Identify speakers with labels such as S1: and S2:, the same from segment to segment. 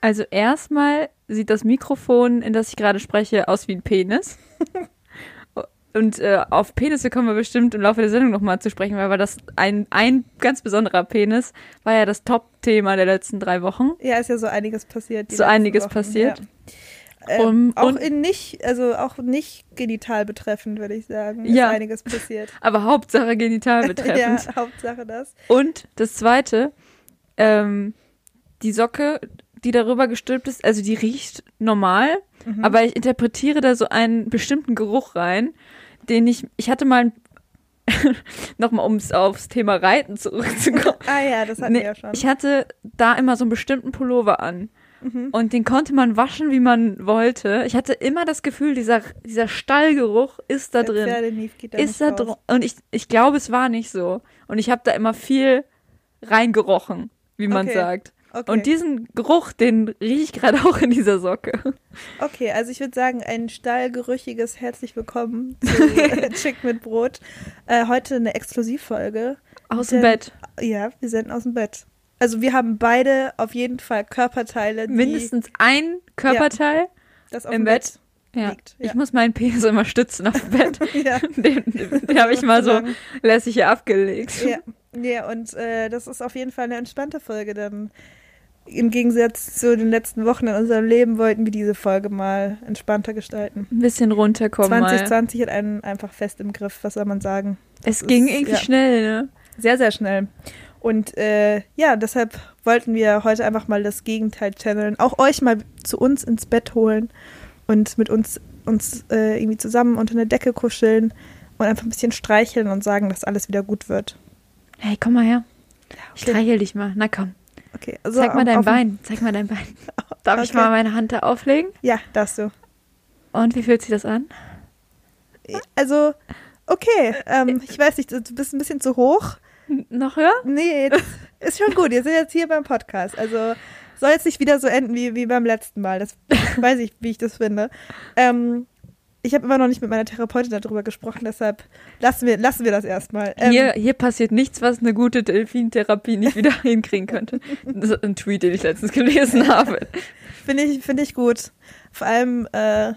S1: Also erstmal sieht das Mikrofon, in das ich gerade spreche, aus wie ein Penis. Und äh, auf Penisse kommen wir bestimmt im Laufe der Sendung nochmal zu sprechen, weil war das ein, ein ganz besonderer Penis war ja das Top-Thema der letzten drei Wochen.
S2: Ja, ist ja so einiges passiert. die
S1: So
S2: letzten
S1: einiges
S2: Wochen,
S1: passiert.
S2: Ja. Ähm,
S1: Um,
S2: auch
S1: und-
S2: in nicht, also auch nicht genital betreffend, würde ich sagen.
S1: Ja.
S2: Ist einiges passiert.
S1: Aber Hauptsache genital betreffend.
S2: ja, Hauptsache das.
S1: Und das zweite, ähm, die Socke, die darüber gestülpt ist, also die riecht normal,
S2: Mhm.
S1: aber ich interpretiere da so einen bestimmten Geruch rein, den ich, ich hatte mal, nochmal ums aufs Thema Reiten zurückzukommen.
S2: Ah ja, das hatten
S1: Nee,
S2: wir ja schon.
S1: Ich hatte da immer so einen bestimmten Pullover an.
S2: Mhm.
S1: Und den konnte man waschen, wie man wollte. Ich hatte immer das Gefühl, dieser, dieser Stallgeruch ist da
S2: Der
S1: drin
S2: Pferdenief geht da
S1: ist
S2: nicht
S1: da
S2: raus.
S1: drin. Und ich, ich glaube, es war nicht so. Und ich habe da immer viel reingerochen, wie man
S2: Okay,
S1: sagt.
S2: Okay.
S1: Und diesen Geruch, den rieche ich gerade auch in dieser Socke.
S2: okay, also ich würde sagen, ein stallgerüchiges Herzlich Willkommen zu äh, Chick mit Brot. Äh, heute eine Exklusivfolge.
S1: Aus dem
S2: Denn-
S1: Bett.
S2: Ja, wir senden aus dem Bett. Also wir haben beide auf jeden Fall Körperteile, die
S1: Mindestens ein Körperteil
S2: das auf
S1: im
S2: dem
S1: Bett. Ja.
S2: liegt, ja.
S1: Ich muss meinen Penis immer stützen auf dem Bett.
S2: Ja.
S1: Den, den habe ich mal so lässig hier abgelegt.
S2: Ja, ja und äh, das ist auf jeden Fall eine entspannte Folge, denn im Gegensatz zu den letzten Wochen in unserem Leben wollten wir diese Folge mal entspannter gestalten.
S1: Ein bisschen runterkommen mal.
S2: 2020 hat einen einfach fest im Griff, was soll man sagen?
S1: Es ging
S2: ist-
S1: irgendwie
S2: ja.
S1: schnell, ne?
S2: Sehr, sehr schnell. Und äh, ja, deshalb wollten wir heute einfach mal das Gegenteil channeln, auch euch mal zu uns ins Bett holen und mit uns, uns äh, irgendwie zusammen unter eine Decke kuscheln und einfach ein bisschen streicheln und sagen, dass alles wieder gut wird.
S1: Hey, komm mal her. Ich
S2: okay.
S1: streichel dich mal. Na komm.
S2: Okay, also
S1: Zeig mal
S2: auf-
S1: dein
S2: auf-
S1: Bein. Zeig mal dein Bein. Darf ich
S2: Okay.
S1: mal meine Hand da auflegen?
S2: Ja, darfst du.
S1: Und wie fühlt sich das an?
S2: Also, okay. Ähm, ich weiß nicht, du bist ein bisschen zu hoch.
S1: Noch höher?
S2: Nee, jetzt ist schon gut. Wir sind jetzt hier beim Podcast. Also, soll jetzt nicht wieder so enden wie, wie beim letzten Mal. Das weiß ich, wie ich das finde. Ähm, ich habe immer noch nicht mit meiner Therapeutin darüber gesprochen, deshalb lassen wir, lassen wir das erstmal. Ähm,
S1: hier, hier passiert nichts, was eine gute Delfintherapie nicht wieder hinkriegen könnte. Das ist ein Tweet, den ich letztens gelesen habe.
S2: Finde ich, finde ich gut. Vor allem, äh,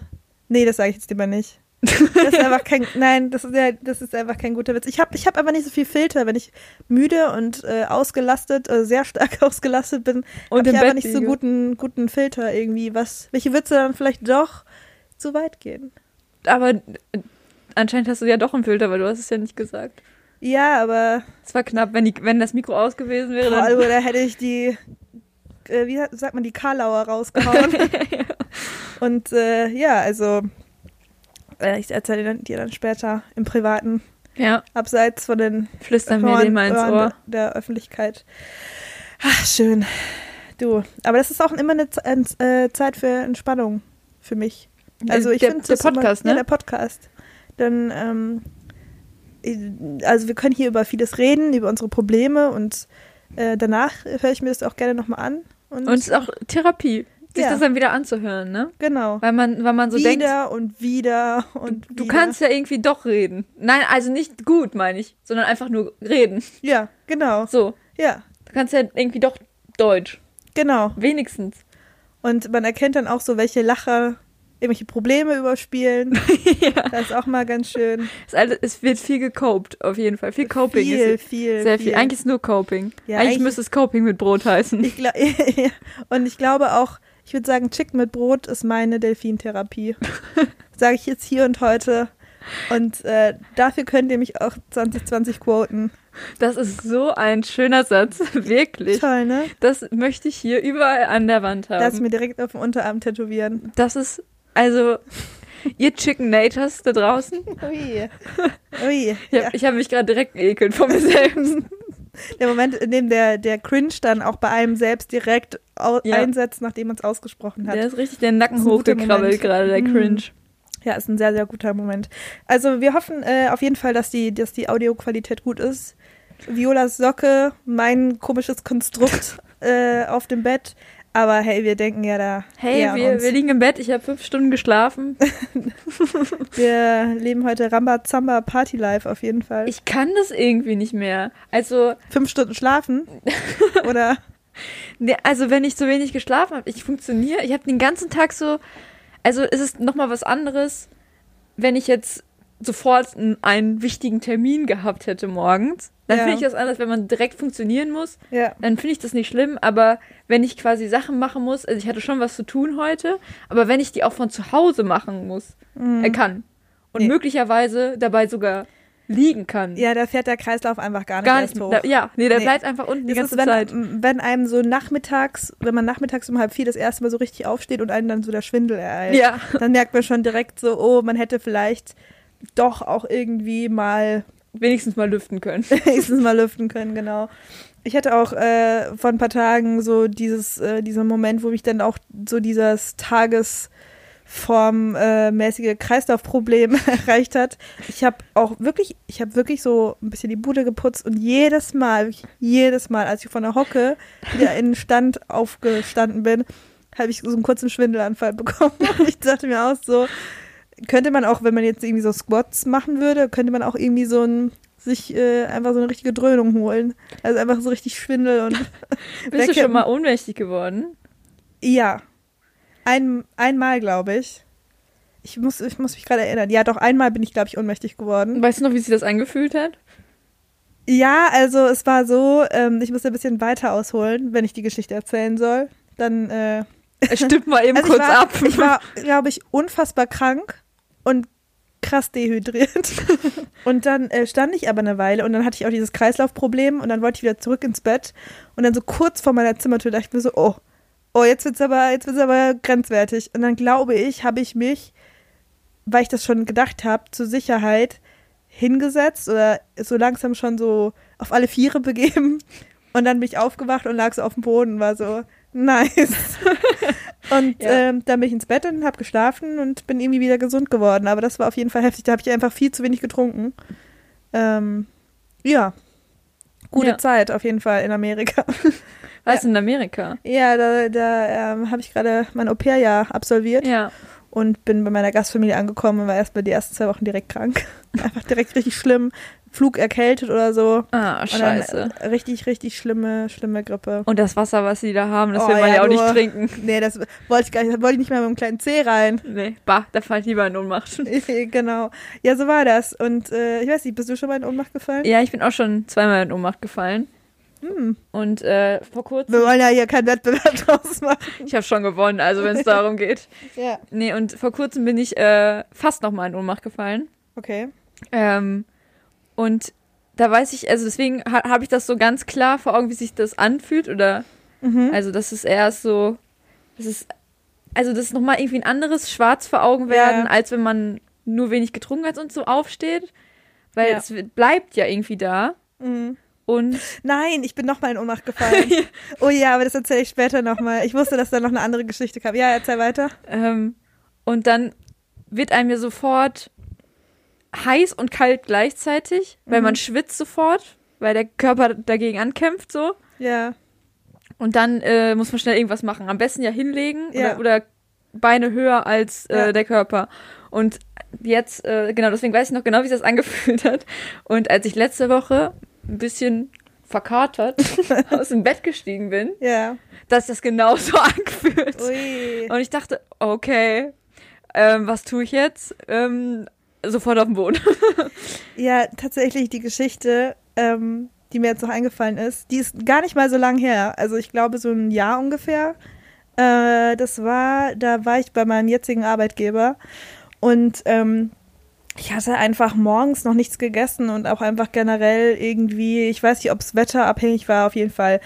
S2: nee, das sage ich jetzt lieber nicht. Das ist einfach kein, nein, das ist, ja, das ist einfach kein guter Witz. Ich habe ich hab einfach nicht so viel Filter. Wenn ich müde und äh, ausgelastet, äh, sehr stark ausgelastet bin,
S1: Und
S2: habe
S1: im
S2: ich einfach
S1: Bett
S2: nicht so
S1: liege.
S2: guten, guten Filter irgendwie. Was, welche Witze dann vielleicht doch zu weit gehen?
S1: Aber äh, anscheinend hast du ja doch einen Filter, weil du hast es ja nicht gesagt.
S2: Ja, aber
S1: Es war knapp, wenn, die, wenn das Mikro aus gewesen wäre.
S2: boah, also,
S1: Dann,
S2: Albo, da hätte ich die, äh, wie sagt man, die Karlauer rausgehauen. und äh, ja, also äh, ich erzähle dir dann später im Privaten.
S1: ja,
S2: abseits von den
S1: flüstern mir
S2: Hörern,
S1: den mal ins
S2: Hörern
S1: Ohr.
S2: der Öffentlichkeit. Ach, schön. Du, aber das ist auch immer eine Z- ein- äh, Zeit für Entspannung für mich. Also ich
S1: Der-
S2: finde
S1: der
S2: das immer-
S1: Podcast,
S2: ja,
S1: ne?
S2: der Podcast. Dann ähm, ich- also wir können hier über vieles reden, über unsere Probleme und äh, danach höre ich mir das auch gerne nochmal an und,
S1: Und es ist auch Therapie, sich
S2: Ja.
S1: das dann wieder anzuhören, ne?
S2: genau.
S1: Weil man, weil man so denkt,
S2: wieder und wieder und
S1: du
S2: wieder.
S1: kannst ja irgendwie doch reden. Nein, also nicht gut, meine ich, sondern einfach nur reden.
S2: ja, genau.
S1: So,
S2: Ja,
S1: du kannst ja irgendwie doch Deutsch.
S2: genau.
S1: Wenigstens.
S2: Und man erkennt dann auch so, welche Lacher irgendwelche Probleme überspielen. Das ist auch mal ganz schön.
S1: Es, alles, es wird viel gecopt, auf jeden Fall. Viel Coping.
S2: viel,
S1: ist,
S2: viel,
S1: sehr viel. Eigentlich ist nur Coping.
S2: Ja,
S1: eigentlich,
S2: eigentlich-
S1: müsste es Coping mit Brot heißen.
S2: Ich glaub, ja. Und ich glaube auch, ich würde sagen, Chick mit Brot ist meine Delfintherapie. Sage ich jetzt hier und heute. Und äh, dafür könnt ihr mich auch 2020 quoten.
S1: Das ist so ein schöner Satz. Wirklich.
S2: Toll, ne?
S1: Das möchte ich hier überall an der Wand
S2: Lass
S1: haben.
S2: mir direkt auf dem Unterarm tätowieren.
S1: Das, ist, also, ihr Chicken Nators da draußen.
S2: Ui. Ui.
S1: Ich habe hab mich gerade direkt geekelt von mir selbst.
S2: Der Moment, in dem der, der Cringe dann auch bei einem selbst direkt au-
S1: Ja.
S2: einsetzt, nachdem man es ausgesprochen hat.
S1: Der ist richtig den Nacken
S2: Das ist ein guter
S1: hochgekrabbelt
S2: Moment.
S1: gerade, der
S2: Mm.
S1: Cringe.
S2: Ja, ist ein sehr, sehr guter Moment. Also wir hoffen äh, auf jeden Fall, dass die, dass die Audioqualität gut ist. Violas Socke, mein komisches Konstrukt äh, auf dem Bett. Aber hey, wir denken ja da. eher
S1: Hey,
S2: an
S1: wir,
S2: uns.
S1: wir liegen im Bett. Ich habe fünf Stunden geschlafen.
S2: wir leben heute Ramba Zamba Party Life auf jeden Fall.
S1: Ich kann das irgendwie nicht mehr. Also,
S2: Fünf Stunden schlafen. Oder
S1: Nee, also wenn ich zu wenig geschlafen habe, ich funktioniere, ich habe den ganzen Tag so, also es ist nochmal was anderes, wenn ich jetzt sofort einen, einen wichtigen Termin gehabt hätte morgens. Dann
S2: Ja.
S1: finde ich das anders, wenn man direkt funktionieren muss,
S2: Ja.
S1: dann finde ich das nicht schlimm, aber wenn ich quasi Sachen machen muss, also ich hatte schon was zu tun heute, aber wenn ich die auch von zu Hause machen muss, äh, kann und
S2: Mhm. Nee.
S1: möglicherweise dabei sogar liegen kann.
S2: Ja, da fährt der Kreislauf einfach gar nicht
S1: Gar nicht.
S2: erst hoch.
S1: Da, ja, nee, der
S2: Nee.
S1: bleibt einfach unten die
S2: Das
S1: ganze
S2: ist, wenn,
S1: Zeit.
S2: wenn einem so nachmittags, wenn man nachmittags um halb vier das erste Mal so richtig aufsteht und einen dann so der Schwindel ereilt,
S1: Ja.
S2: dann merkt man schon direkt so, oh, man hätte vielleicht doch auch irgendwie mal
S1: Wenigstens mal lüften können.
S2: wenigstens mal lüften können, genau. Ich hatte auch äh, vor ein paar Tagen so dieses, äh, diesen Moment, wo mich dann auch so dieses Tagesformmäßige äh, mäßige Kreislaufproblem erreicht hat. Ich habe auch wirklich, ich habe wirklich so ein bisschen die Bude geputzt und jedes Mal, wirklich jedes Mal, als ich von der Hocke wieder in den Stand aufgestanden bin, habe ich so einen kurzen Schwindelanfall bekommen. Ich dachte mir auch so, könnte man auch, wenn man jetzt irgendwie so Squats machen würde, könnte man auch irgendwie so ein sich äh, einfach so eine richtige Dröhnung holen. Also einfach so richtig Schwindel und
S1: Bist du
S2: wegkippen.
S1: schon mal ohnmächtig geworden?
S2: ja. Ein, einmal, glaube ich. Ich muss, ich muss mich gerade erinnern. Ja, doch einmal bin ich, glaube ich, ohnmächtig geworden.
S1: Weißt du noch, wie sich das angefühlt hat?
S2: Ja, also es war so, ähm, ich muss ein bisschen weiter ausholen, wenn ich die Geschichte erzählen soll. Dann äh,
S1: Stimmt mal eben
S2: Also
S1: kurz
S2: ich war,
S1: ab.
S2: Ich war, glaube ich, unfassbar krank und krass dehydriert. Und dann äh, stand ich aber eine Weile und dann hatte ich auch dieses Kreislaufproblem und dann wollte ich wieder zurück ins Bett. Und dann so kurz vor meiner Zimmertür dachte ich mir so, oh, oh, jetzt wird's aber, jetzt wird's aber grenzwertig. Und dann glaube ich, habe ich mich, weil ich das schon gedacht habe, zur Sicherheit hingesetzt oder so langsam schon so auf alle Viere begeben. Und dann bin ich aufgewacht und lag so auf dem Boden und war so, nice. und
S1: Ja.
S2: ähm, dann bin ich ins Bett und habe geschlafen und bin irgendwie wieder gesund geworden. Aber das war auf jeden Fall heftig. Da habe ich einfach viel zu wenig getrunken. Ähm, ja. Gute
S1: Ja.
S2: Zeit auf jeden Fall in Amerika.
S1: Weißt du, in Amerika.
S2: Ja, da, da ähm, habe ich gerade mein Au-pair-Jahr absolviert
S1: Ja.
S2: und bin bei meiner Gastfamilie angekommen und war erstmal die ersten zwei Wochen direkt krank. Einfach direkt richtig schlimm. Flug erkältet oder so.
S1: Ah,
S2: Und dann,
S1: scheiße.
S2: äh, richtig, richtig schlimme, schlimme Grippe.
S1: Und das Wasser, was sie da haben, das
S2: Oh,
S1: will man ja,
S2: ja,
S1: auch nicht
S2: nur-
S1: trinken.
S2: Nee, das wollte ich gar nicht, das wollte ich nicht mal mit einem kleinen C rein.
S1: Nee, bah, da fall ich lieber in Ohnmacht.
S2: genau. Ja, so war das. Und äh, ich weiß nicht, bist du schon mal in Ohnmacht gefallen?
S1: Ja, ich bin auch schon zweimal in Ohnmacht gefallen.
S2: Hm.
S1: Und äh, vor
S2: Wir
S1: kurzem,
S2: wollen ja hier keinen Wettbewerb draus machen.
S1: ich habe schon gewonnen, also wenn es darum geht.
S2: Ja.
S1: Nee, und vor kurzem bin ich äh, fast nochmal in Ohnmacht gefallen.
S2: Okay.
S1: Ähm, und da weiß ich, also deswegen ha habe ich das so ganz klar vor Augen, wie sich das anfühlt. Oder
S2: Mhm.
S1: also das ist erst so, das ist, also das ist nochmal irgendwie ein anderes Schwarz vor Augen werden,
S2: Ja.
S1: als wenn man nur wenig getrunken hat und so aufsteht. Weil
S2: Ja.
S1: es bleibt ja irgendwie da.
S2: Mhm.
S1: Und
S2: Nein, ich bin nochmal in Ohnmacht gefallen. oh ja, aber das erzähle ich später nochmal. Ich wusste, dass da noch eine andere Geschichte kam. Ja, erzähl weiter.
S1: Ähm, und dann wird einem ja sofort heiß und kalt gleichzeitig, weil
S2: Mhm.
S1: man schwitzt sofort, weil der Körper dagegen ankämpft so.
S2: Ja.
S1: Und dann äh, muss man schnell irgendwas machen. Am besten ja hinlegen
S2: Ja.
S1: Oder, oder Beine höher als äh,
S2: Ja.
S1: der Körper. Und jetzt, äh, genau, deswegen weiß ich noch genau, wie sich das angefühlt hat. Und als ich letzte Woche ein bisschen verkatert aus dem Bett gestiegen bin,
S2: Ja.
S1: dass sich das genauso angefühlt.
S2: Ui.
S1: Und ich dachte, okay, ähm, was tue ich jetzt? Ähm, sofort auf den Boden.
S2: Ja, tatsächlich die Geschichte, ähm, die mir jetzt noch eingefallen ist, die ist gar nicht mal so lang her. Also ich glaube so ein Jahr ungefähr. Äh, das war, da war ich bei meinem jetzigen Arbeitgeber und ähm, ich hatte einfach morgens noch nichts gegessen und auch einfach generell irgendwie, ich weiß nicht, ob es wetterabhängig war, auf jeden Fall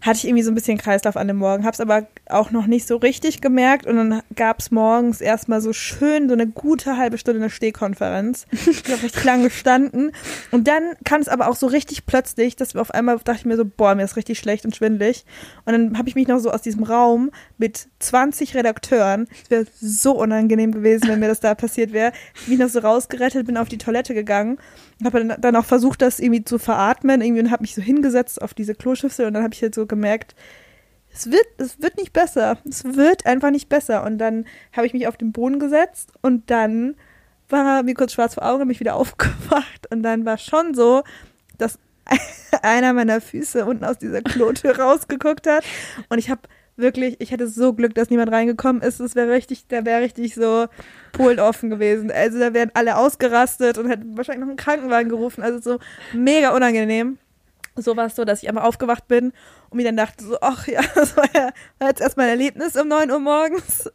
S2: hatte ich irgendwie so ein bisschen Kreislauf an dem Morgen, hab's aber auch noch nicht so richtig gemerkt und dann gab's morgens erstmal so schön so eine gute halbe Stunde eine Stehkonferenz. Ich habe richtig lang gestanden und dann kam es aber auch so richtig plötzlich, dass wir auf einmal dachte ich mir so, boah, mir ist richtig schlecht und schwindelig und dann habe ich mich noch so aus diesem Raum mit 20 Redakteuren, es wäre so unangenehm gewesen, wenn mir das da passiert wäre, mich noch so rausgerettet, bin auf die Toilette gegangen und habe dann, dann auch versucht, das irgendwie zu veratmen irgendwie und habe mich so hingesetzt auf diese Kloschüssel und dann habe ich halt so gemerkt, es wird, es wird nicht besser. Es wird einfach nicht besser. Und dann habe ich mich auf den Boden gesetzt und dann war mir kurz schwarz vor Augen, habe mich wieder aufgewacht und dann war schon so, dass einer meiner Füße unten aus dieser Klotür rausgeguckt hat. Und ich habe wirklich, ich hätte so Glück, dass niemand reingekommen ist. Es wäre richtig, da wäre richtig so Polen offen gewesen. Also da wären alle ausgerastet und hätten wahrscheinlich noch einen Krankenwagen gerufen. Also so mega unangenehm. So war es so, dass ich einmal aufgewacht bin und mir dann dachte so, ach ja, das war, ja, war jetzt erstmal ein Erlebnis um 9 Uhr morgens.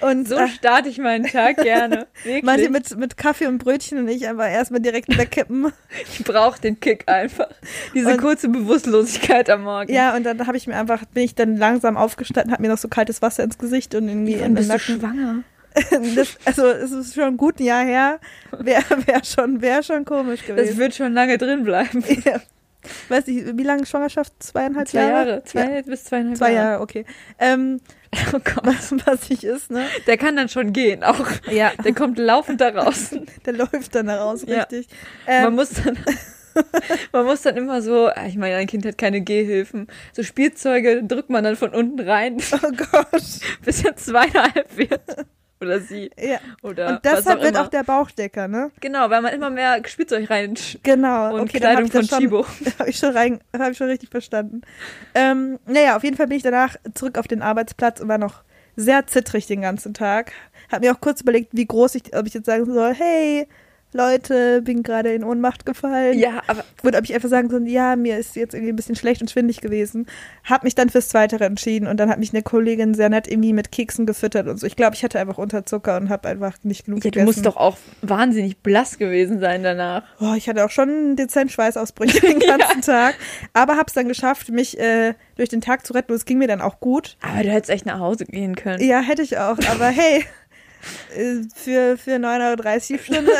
S2: Und
S1: So
S2: äh,
S1: starte ich meinen Tag gerne. Wirklich.
S2: manche mit, mit Kaffee und Brötchen und ich einfach erstmal direkt wegkippen.
S1: ich brauche den Kick einfach. Diese
S2: Und-
S1: kurze Bewusstlosigkeit am Morgen.
S2: Ja, und dann habe ich mir einfach, bin ich dann langsam aufgestanden, habe mir noch so kaltes Wasser ins Gesicht und irgendwie in
S1: Wann
S2: den
S1: bist du
S2: Nacken.
S1: schwanger?
S2: Das, also es ist schon ein gutes Jahr her. Wäre wär schon, wär schon komisch
S1: Das
S2: gewesen.
S1: wird schon lange drin bleiben.
S2: ja. Weiß nicht, wie lange Schwangerschaft? Zweieinhalb
S1: Zwei
S2: Jahre?
S1: Jahre. Zwei bis zweieinhalb
S2: Ja, zwei Jahre, okay. Ähm,
S1: Jahre. Oh Gott.
S2: was, was ich ist, ne?
S1: Der kann dann schon gehen, auch.
S2: Ja.
S1: Der kommt laufend da raus.
S2: Der läuft dann raus,
S1: Ja.
S2: richtig.
S1: Man
S2: Ähm,
S1: muss dann. Man muss dann immer so, ah, ich meine, ein Kind hat keine Gehhilfen. So Spielzeuge drückt man dann von unten rein,
S2: oh Gott.
S1: bis er zweieinhalb wird. Oder sie.
S2: Ja.
S1: Oder
S2: Und deshalb
S1: was auch
S2: wird
S1: immer.
S2: auch der Bauchdecker, ne?
S1: Genau, weil man immer mehr Spielzeug reinsch
S2: Genau.
S1: und
S2: okay, dann
S1: Kleidung
S2: hab ich
S1: von
S2: das schon,
S1: Chibo.
S2: Habe ich schon rein, habe ich schon richtig verstanden. Ähm, naja, auf jeden Fall bin ich danach zurück auf den Arbeitsplatz und war noch sehr zittrig den ganzen Tag. Habe mir auch kurz überlegt, wie groß ich, ob ich jetzt sagen soll, hey Leute, bin gerade in Ohnmacht gefallen.
S1: Ja, aber
S2: Oder ob ich einfach sagen soll, ja, mir ist jetzt irgendwie ein bisschen schlecht und schwindig gewesen. Habe mich dann fürs Zweite entschieden und dann hat mich eine Kollegin sehr nett irgendwie mit Keksen gefüttert und so. Ich glaube, ich hatte einfach Unterzucker und habe einfach nicht genug
S1: ja, du
S2: gegessen.
S1: musst doch auch wahnsinnig blass gewesen sein danach.
S2: Boah, ich hatte auch schon dezent Schweißausbrüche den ganzen Tag. Aber hab's dann geschafft, mich äh, durch den Tag zu retten. Und es ging mir dann auch gut.
S1: Aber du hättest echt nach Hause gehen können.
S2: Ja, hätte ich auch. Aber hey, äh, für, für 9,30 Euro die Stunde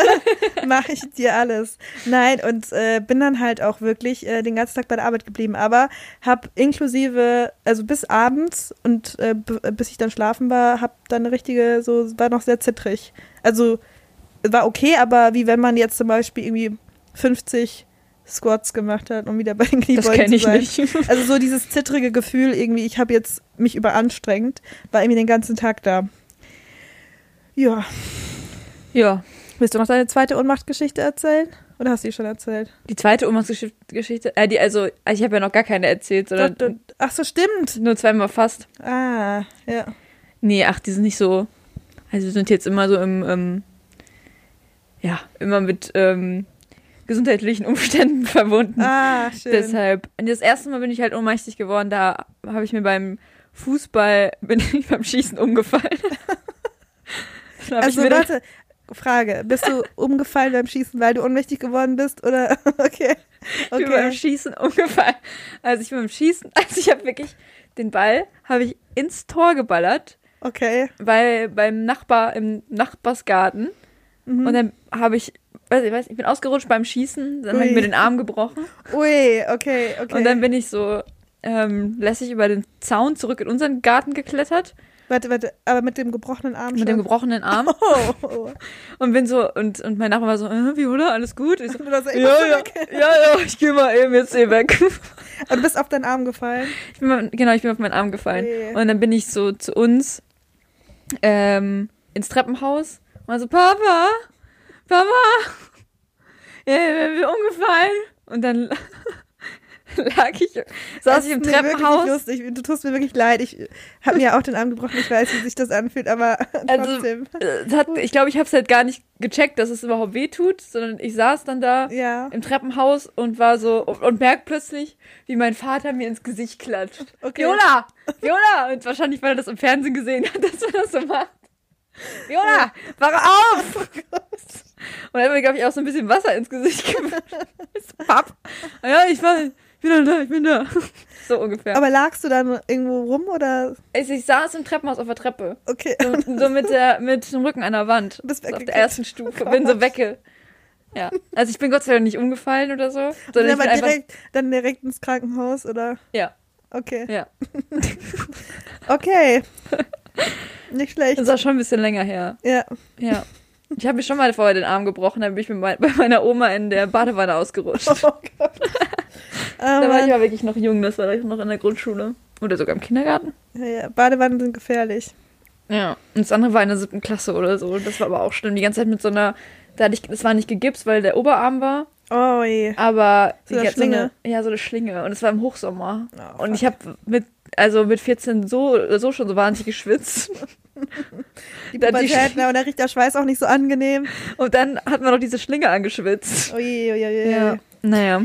S2: mache ich dir alles. Nein, und äh, bin dann halt auch wirklich äh, den ganzen Tag bei der Arbeit geblieben. Aber hab inklusive, also bis abends und äh, b- bis ich dann schlafen war, hab dann eine richtige, so, war noch sehr zittrig. Also war okay, aber wie wenn man jetzt zum Beispiel irgendwie 50 Squats gemacht hat, um wieder bei den
S1: das
S2: Kniebeugen
S1: kenne
S2: zu
S1: ich
S2: sein.
S1: nicht.
S2: Also so dieses zittrige Gefühl irgendwie, ich habe jetzt mich überanstrengt, war irgendwie den ganzen Tag da. Ja.
S1: ja.
S2: Willst du noch deine zweite Ohnmachtgeschichte erzählen? Oder hast du die schon erzählt?
S1: Die zweite Ohnmachtsgeschichte, äh, die, also, ich habe ja noch gar keine erzählt, sondern
S2: Dort- dort- Ach so, stimmt.
S1: nur zweimal fast.
S2: Ah, ja.
S1: Nee, ach, die sind nicht so. Also wir sind jetzt immer so im, ähm, ja, immer mit ähm, gesundheitlichen Umständen verbunden.
S2: Ah, schön.
S1: Deshalb. Und das erste Mal bin ich halt ohnmächtig geworden. Da habe ich mir beim Fußball, bin ich beim Schießen umgefallen. Dann hab
S2: also
S1: ich mir dann-
S2: warte, Frage. Bist du umgefallen beim Schießen, weil du ohnmächtig geworden bist? Oder okay.
S1: Ich bin beim
S2: Okay.
S1: Schießen umgefallen. Also ich bin beim Schießen, also ich habe wirklich den Ball habe ich ins Tor geballert,
S2: Okay.
S1: weil beim Nachbar im Nachbarsgarten
S2: Mhm.
S1: und dann habe ich weiß ich weiß, ich bin ausgerutscht beim Schießen, dann habe ich
S2: Ui.
S1: mir den Arm gebrochen
S2: Ui, okay, okay.
S1: und dann bin ich so ähm, lässig über den Zaun zurück in unseren Garten geklettert
S2: warte, warte, aber mit dem gebrochenen Arm
S1: mit dem
S2: gebrochenen
S1: gebrochenen Arm
S2: Oh, oh.
S1: und bin so und und mein Nachbar war so äh, wie oder alles gut ich so,
S2: Du, warst echt-
S1: ja ja ja ja ich gehe mal eben jetzt hier weg
S2: Und bist auf deinen Arm gefallen.
S1: Ich bin mal, genau, ich bin auf meinen Arm gefallen.
S2: Ui.
S1: Und dann bin ich so zu uns ähm, ins Treppenhaus und war so, Papa, Papa, ja, wir wir umgefallen. Und dann lag ich, saß
S2: Es
S1: Also ich im
S2: ist mir wirklich nicht
S1: Treppenhaus.
S2: Lustig. Du tust mir wirklich leid. Ich habe mir auch den Arm gebrochen. Ich weiß, wie sich das anfühlt, aber
S1: Also-
S2: trotzdem.
S1: Äh, es Hat, ich glaube, ich habe es halt gar nicht gecheckt, dass es überhaupt weh tut, sondern ich saß dann da
S2: Ja,
S1: im Treppenhaus und war so und, und merkt plötzlich, wie mein Vater mir ins Gesicht klatscht.
S2: Okay.
S1: Viola! Viola! Und wahrscheinlich, weil er das im Fernsehen gesehen hat, dass er das so macht. Viola, wache auf! und er hat mir, glaube ich, auch so ein bisschen Wasser ins Gesicht gewischt. Papp. Ah Ja, ich war, ich bin dann da, ich bin da. So ungefähr.
S2: aber lagst du dann irgendwo rum oder?
S1: ich, ich saß im Treppenhaus auf der Treppe.
S2: Okay.
S1: So, so mit, der, mit dem Rücken an der Wand.
S2: Bist
S1: So auf der
S2: weggekippt. Oh
S1: ersten Stufe. bin so
S2: Gott.
S1: wecke. Ja. Also ich bin Gott sei Dank nicht umgefallen oder so. Sondern
S2: Dann
S1: ich bin
S2: aber
S1: einfach,
S2: direkt, dann direkt ins Krankenhaus oder?
S1: ja.
S2: Okay.
S1: Ja,
S2: Okay. Nicht schlecht.
S1: das war schon ein bisschen länger her.
S2: Ja.
S1: Ja. Ich habe mir schon mal vorher den Arm gebrochen, da bin ich mit mein, bei meiner Oma in der Badewanne ausgerutscht.
S2: Oh Gott. Oh,
S1: da war ich
S2: Mann.
S1: aber wirklich noch jung, das war ich noch in der Grundschule. Oder sogar im Kindergarten.
S2: Ja, ja. Badewannen sind gefährlich.
S1: Ja. Und das andere war in der siebten Klasse oder so. Das war aber auch schlimm. Die ganze Zeit mit so einer, da hatte ich, das war nicht gegipst, weil der Oberarm war.
S2: Oh je.
S1: Aber
S2: So
S1: die
S2: eine
S1: hat so eine,
S2: Schlinge.
S1: ja, so eine Schlinge. Und es war im Hochsommer.
S2: Oh,
S1: und ich habe mit, also mit 14 so, so schon so wahnsinnig geschwitzt.
S2: Die
S1: Dann die
S2: Pubertät, ne, und da riecht der Schweiß auch nicht so angenehm.
S1: Und dann hat man noch diese Schlinge angeschwitzt.
S2: Oh je, oh je, oh je.
S1: Ja. Naja.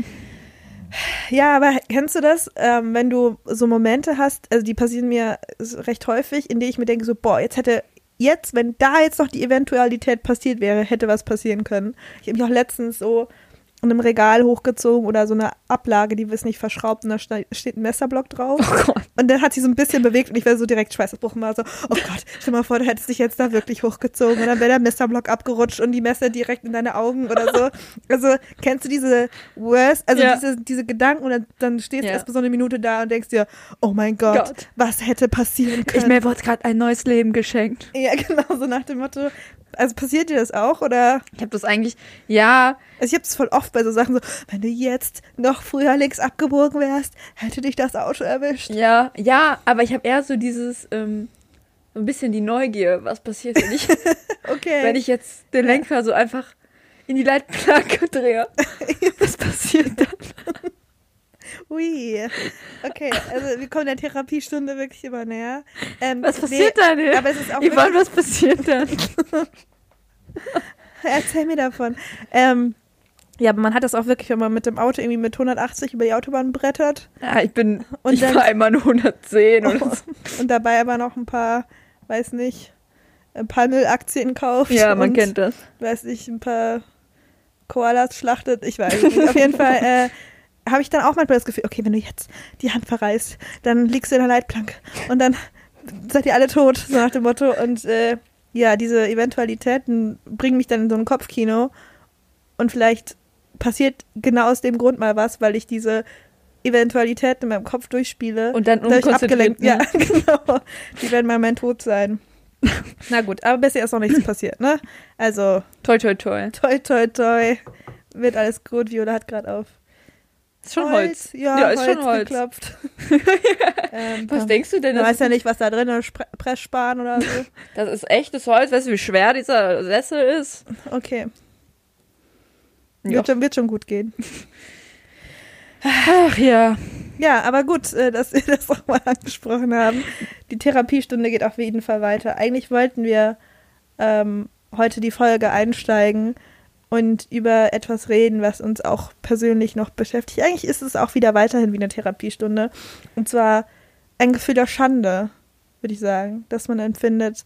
S2: Ja, aber kennst du das, ähm, wenn du so Momente hast, also die passieren mir so recht häufig, in denen ich mir denke, so, boah, jetzt hätte, jetzt, wenn da jetzt noch die Eventualität passiert wäre, hätte was passieren können. Ich habe mich auch letztens so in einem Regal hochgezogen oder so eine Ablage, die ist nicht verschraubt und da sta- steht ein Messerblock drauf.
S1: Oh Gott.
S2: Und dann hat sie so ein bisschen bewegt und ich wäre so direkt schweißabbruch und war so, oh Gott, stell mal vor, du hättest dich jetzt da wirklich hochgezogen und dann wäre der Messerblock abgerutscht und die Messer direkt in deine Augen oder so. Also kennst du diese worst, also
S1: Ja.
S2: diese, diese Gedanken und dann, dann stehst du
S1: Ja.
S2: erst mal so eine Minute da und denkst dir, oh mein Gott,
S1: Gott.
S2: was hätte passieren
S1: Ich
S2: können?
S1: mir wurde gerade ein neues Leben geschenkt.
S2: ja, genau, so nach dem Motto, also passiert dir das auch oder?
S1: Ich habe das eigentlich, ja,
S2: Also ich habe es voll oft bei so Sachen so, wenn du jetzt noch früher links abgebogen wärst, hätte dich das Auto erwischt.
S1: ja, ja, aber ich habe eher so dieses, ähm, so ein bisschen die Neugier, was passiert, wenn ich,
S2: Okay.
S1: wenn ich jetzt den Lenker so einfach in die Leitplanke drehe. Was passiert dann?
S2: Ui. Okay, also wir kommen der Therapiestunde wirklich immer näher. Ähm,
S1: Was passiert dann?
S2: Nee, aber es ist auch
S1: Yvonne, was passiert dann?
S2: wirklich, erzähl mir davon. Ähm, ja, aber man hat das auch wirklich, wenn man mit dem Auto irgendwie mit 180 über die Autobahn brettert
S1: Ja, Ah, ich bin,
S2: Und
S1: ich
S2: dann- Oh,
S1: war einmal nur 110 oder so.
S2: und dabei aber noch ein paar, weiß nicht, äh, Palmölaktien kauft.
S1: Ja, man
S2: und,
S1: kennt das.
S2: Weiß nicht, ein paar Koalas schlachtet. Ich weiß nicht. Auf jeden Fall äh, habe ich dann auch manchmal das Gefühl, okay, wenn du jetzt die Hand verreißt, dann liegst du in der Leitplanke und dann seid ihr alle tot, so nach dem Motto. Und äh, ja, diese Eventualitäten bringen mich dann in so ein Kopfkino und vielleicht passiert genau aus dem Grund mal was, weil ich diese Eventualitäten in meinem Kopf durchspiele.
S1: Und dann
S2: dadurch
S1: unkonzentriert, ne?
S2: Ja, genau. Die werden mal mein Tod sein. Na gut, aber bisher ist noch nichts passiert, ne? Also,
S1: Toi, toi, toi.
S2: toi, toi, toi. Wird alles gut. Viola hat gerade auf
S1: Ist schon Holz.
S2: Ja,
S1: Ja,
S2: ist
S1: ist
S2: Holz
S1: schon Holz.
S2: geklopft. ähm,
S1: Was denkst du denn?
S2: du
S1: Das,
S2: weißt ja nicht, was da drin ist. Spre- Pressspan oder so.
S1: das ist echtes Holz. Weißt du, wie schwer dieser Sessel ist?
S2: Okay.
S1: Ja.
S2: Wird, schon, wird schon gut gehen.
S1: Ach ja.
S2: Ja, aber gut, äh, dass wir das auch mal angesprochen haben. Die Therapiestunde geht auf jeden Fall weiter. Eigentlich wollten wir ähm, heute die Folge einsteigen und über etwas reden, was uns auch persönlich noch beschäftigt. Eigentlich ist es auch wieder weiterhin wie eine Therapiestunde. Und zwar ein Gefühl der Schande, würde ich sagen, dass man empfindet,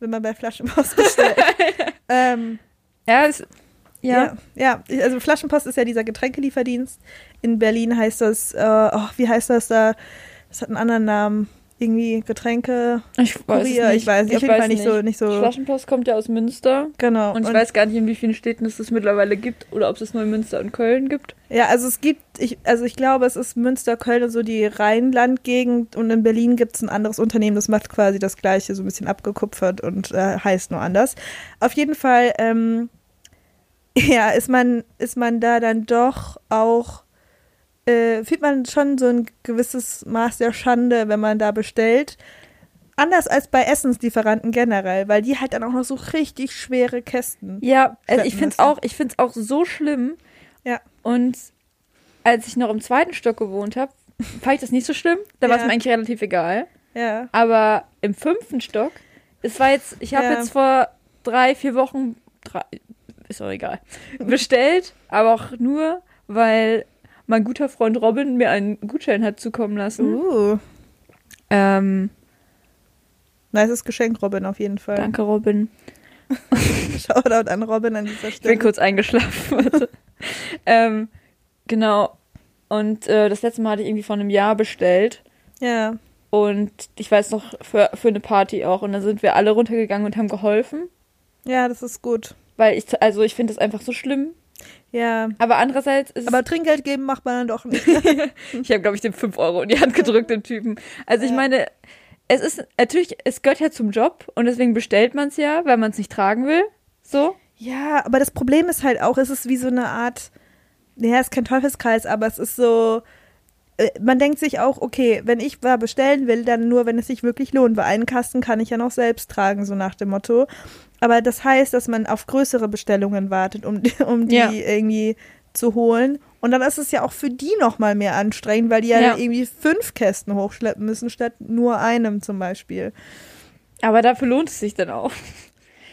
S2: wenn man bei Flaschenpost bestellt. ähm,
S1: Ja, es, ja.
S2: ja. ja, also Flaschenpost ist ja dieser Getränkelieferdienst. In Berlin heißt das, äh, oh, wie heißt das da? Das hat einen anderen Namen. Irgendwie Getränke,
S1: Ich weiß es
S2: Kurier,
S1: nicht.
S2: ich weiß nicht. Auf jeden Fall nicht so, nicht so.
S1: Flaschenpost kommt ja aus Münster.
S2: Genau.
S1: Und ich weiß gar nicht, in wie vielen Städten es das mittlerweile gibt oder ob es das nur in Münster und Köln gibt.
S2: ja, also es gibt, ich, also ich glaube, es ist Münster, Köln und so die Rheinland-Gegend und in Berlin gibt es ein anderes Unternehmen, das macht quasi das gleiche, so ein bisschen abgekupfert und äh, heißt nur anders. Auf jeden Fall, ähm, ja, ist man, ist man da dann doch auch äh, fühlt man schon so ein gewisses Maß der Schande, wenn man da bestellt. Anders als bei Essenslieferanten generell, weil die halt dann auch noch so richtig schwere Kästen.
S1: Ja, also
S2: Schleppen
S1: ich finde es
S2: müssen.
S1: auch, ich find's auch so schlimm.
S2: Ja.
S1: Und als ich noch im zweiten Stock gewohnt habe, fand ich das nicht so schlimm. Da war es
S2: Ja.
S1: mir eigentlich relativ egal.
S2: Ja.
S1: Aber im fünften Stock, es war jetzt, ich habe
S2: Ja.
S1: jetzt vor drei, vier Wochen, drei, ist auch egal, bestellt, aber auch nur, weil mein guter Freund Robin mir einen Gutschein hat zukommen lassen.
S2: Uh,
S1: Ähm,
S2: nices Geschenk, Robin, auf jeden Fall.
S1: danke, Robin.
S2: Shoutout an Robin an dieser
S1: Ich bin
S2: Stelle.
S1: kurz eingeschlafen. Warte. ähm, genau. Und äh, das letzte Mal hatte ich irgendwie vor einem Jahr bestellt.
S2: Ja.
S1: Und ich weiß noch, für, für eine Party auch. Und dann sind wir alle runtergegangen und haben geholfen.
S2: ja, das ist gut.
S1: Weil ich, also ich finde das einfach so schlimm.
S2: Ja.
S1: Aber andererseits ist es
S2: Aber Trinkgeld geben macht man dann doch nicht.
S1: Ich habe, glaube ich, dem 5 Euro in die Hand gedrückt, dem Typen. Also ich
S2: Ja.
S1: meine, es ist natürlich, es gehört ja zum Job und deswegen bestellt man es ja, weil man es nicht tragen will. So.
S2: Ja, aber das Problem ist halt auch, es ist wie so eine Art, naja, es ist kein Teufelskreis, aber es ist so, äh, man denkt sich auch, okay, wenn ich da bestellen will, dann nur, wenn es sich wirklich lohnt, weil einen Kasten kann ich ja noch selbst tragen, so nach dem Motto. Aber das heißt, dass man auf größere Bestellungen wartet, um, um die
S1: Ja.
S2: irgendwie zu holen. Und dann ist es ja auch für die nochmal mehr anstrengend, weil die ja,
S1: Ja.
S2: dann irgendwie fünf Kästen hochschleppen müssen, statt nur einem zum Beispiel.
S1: Aber dafür lohnt es sich dann auch.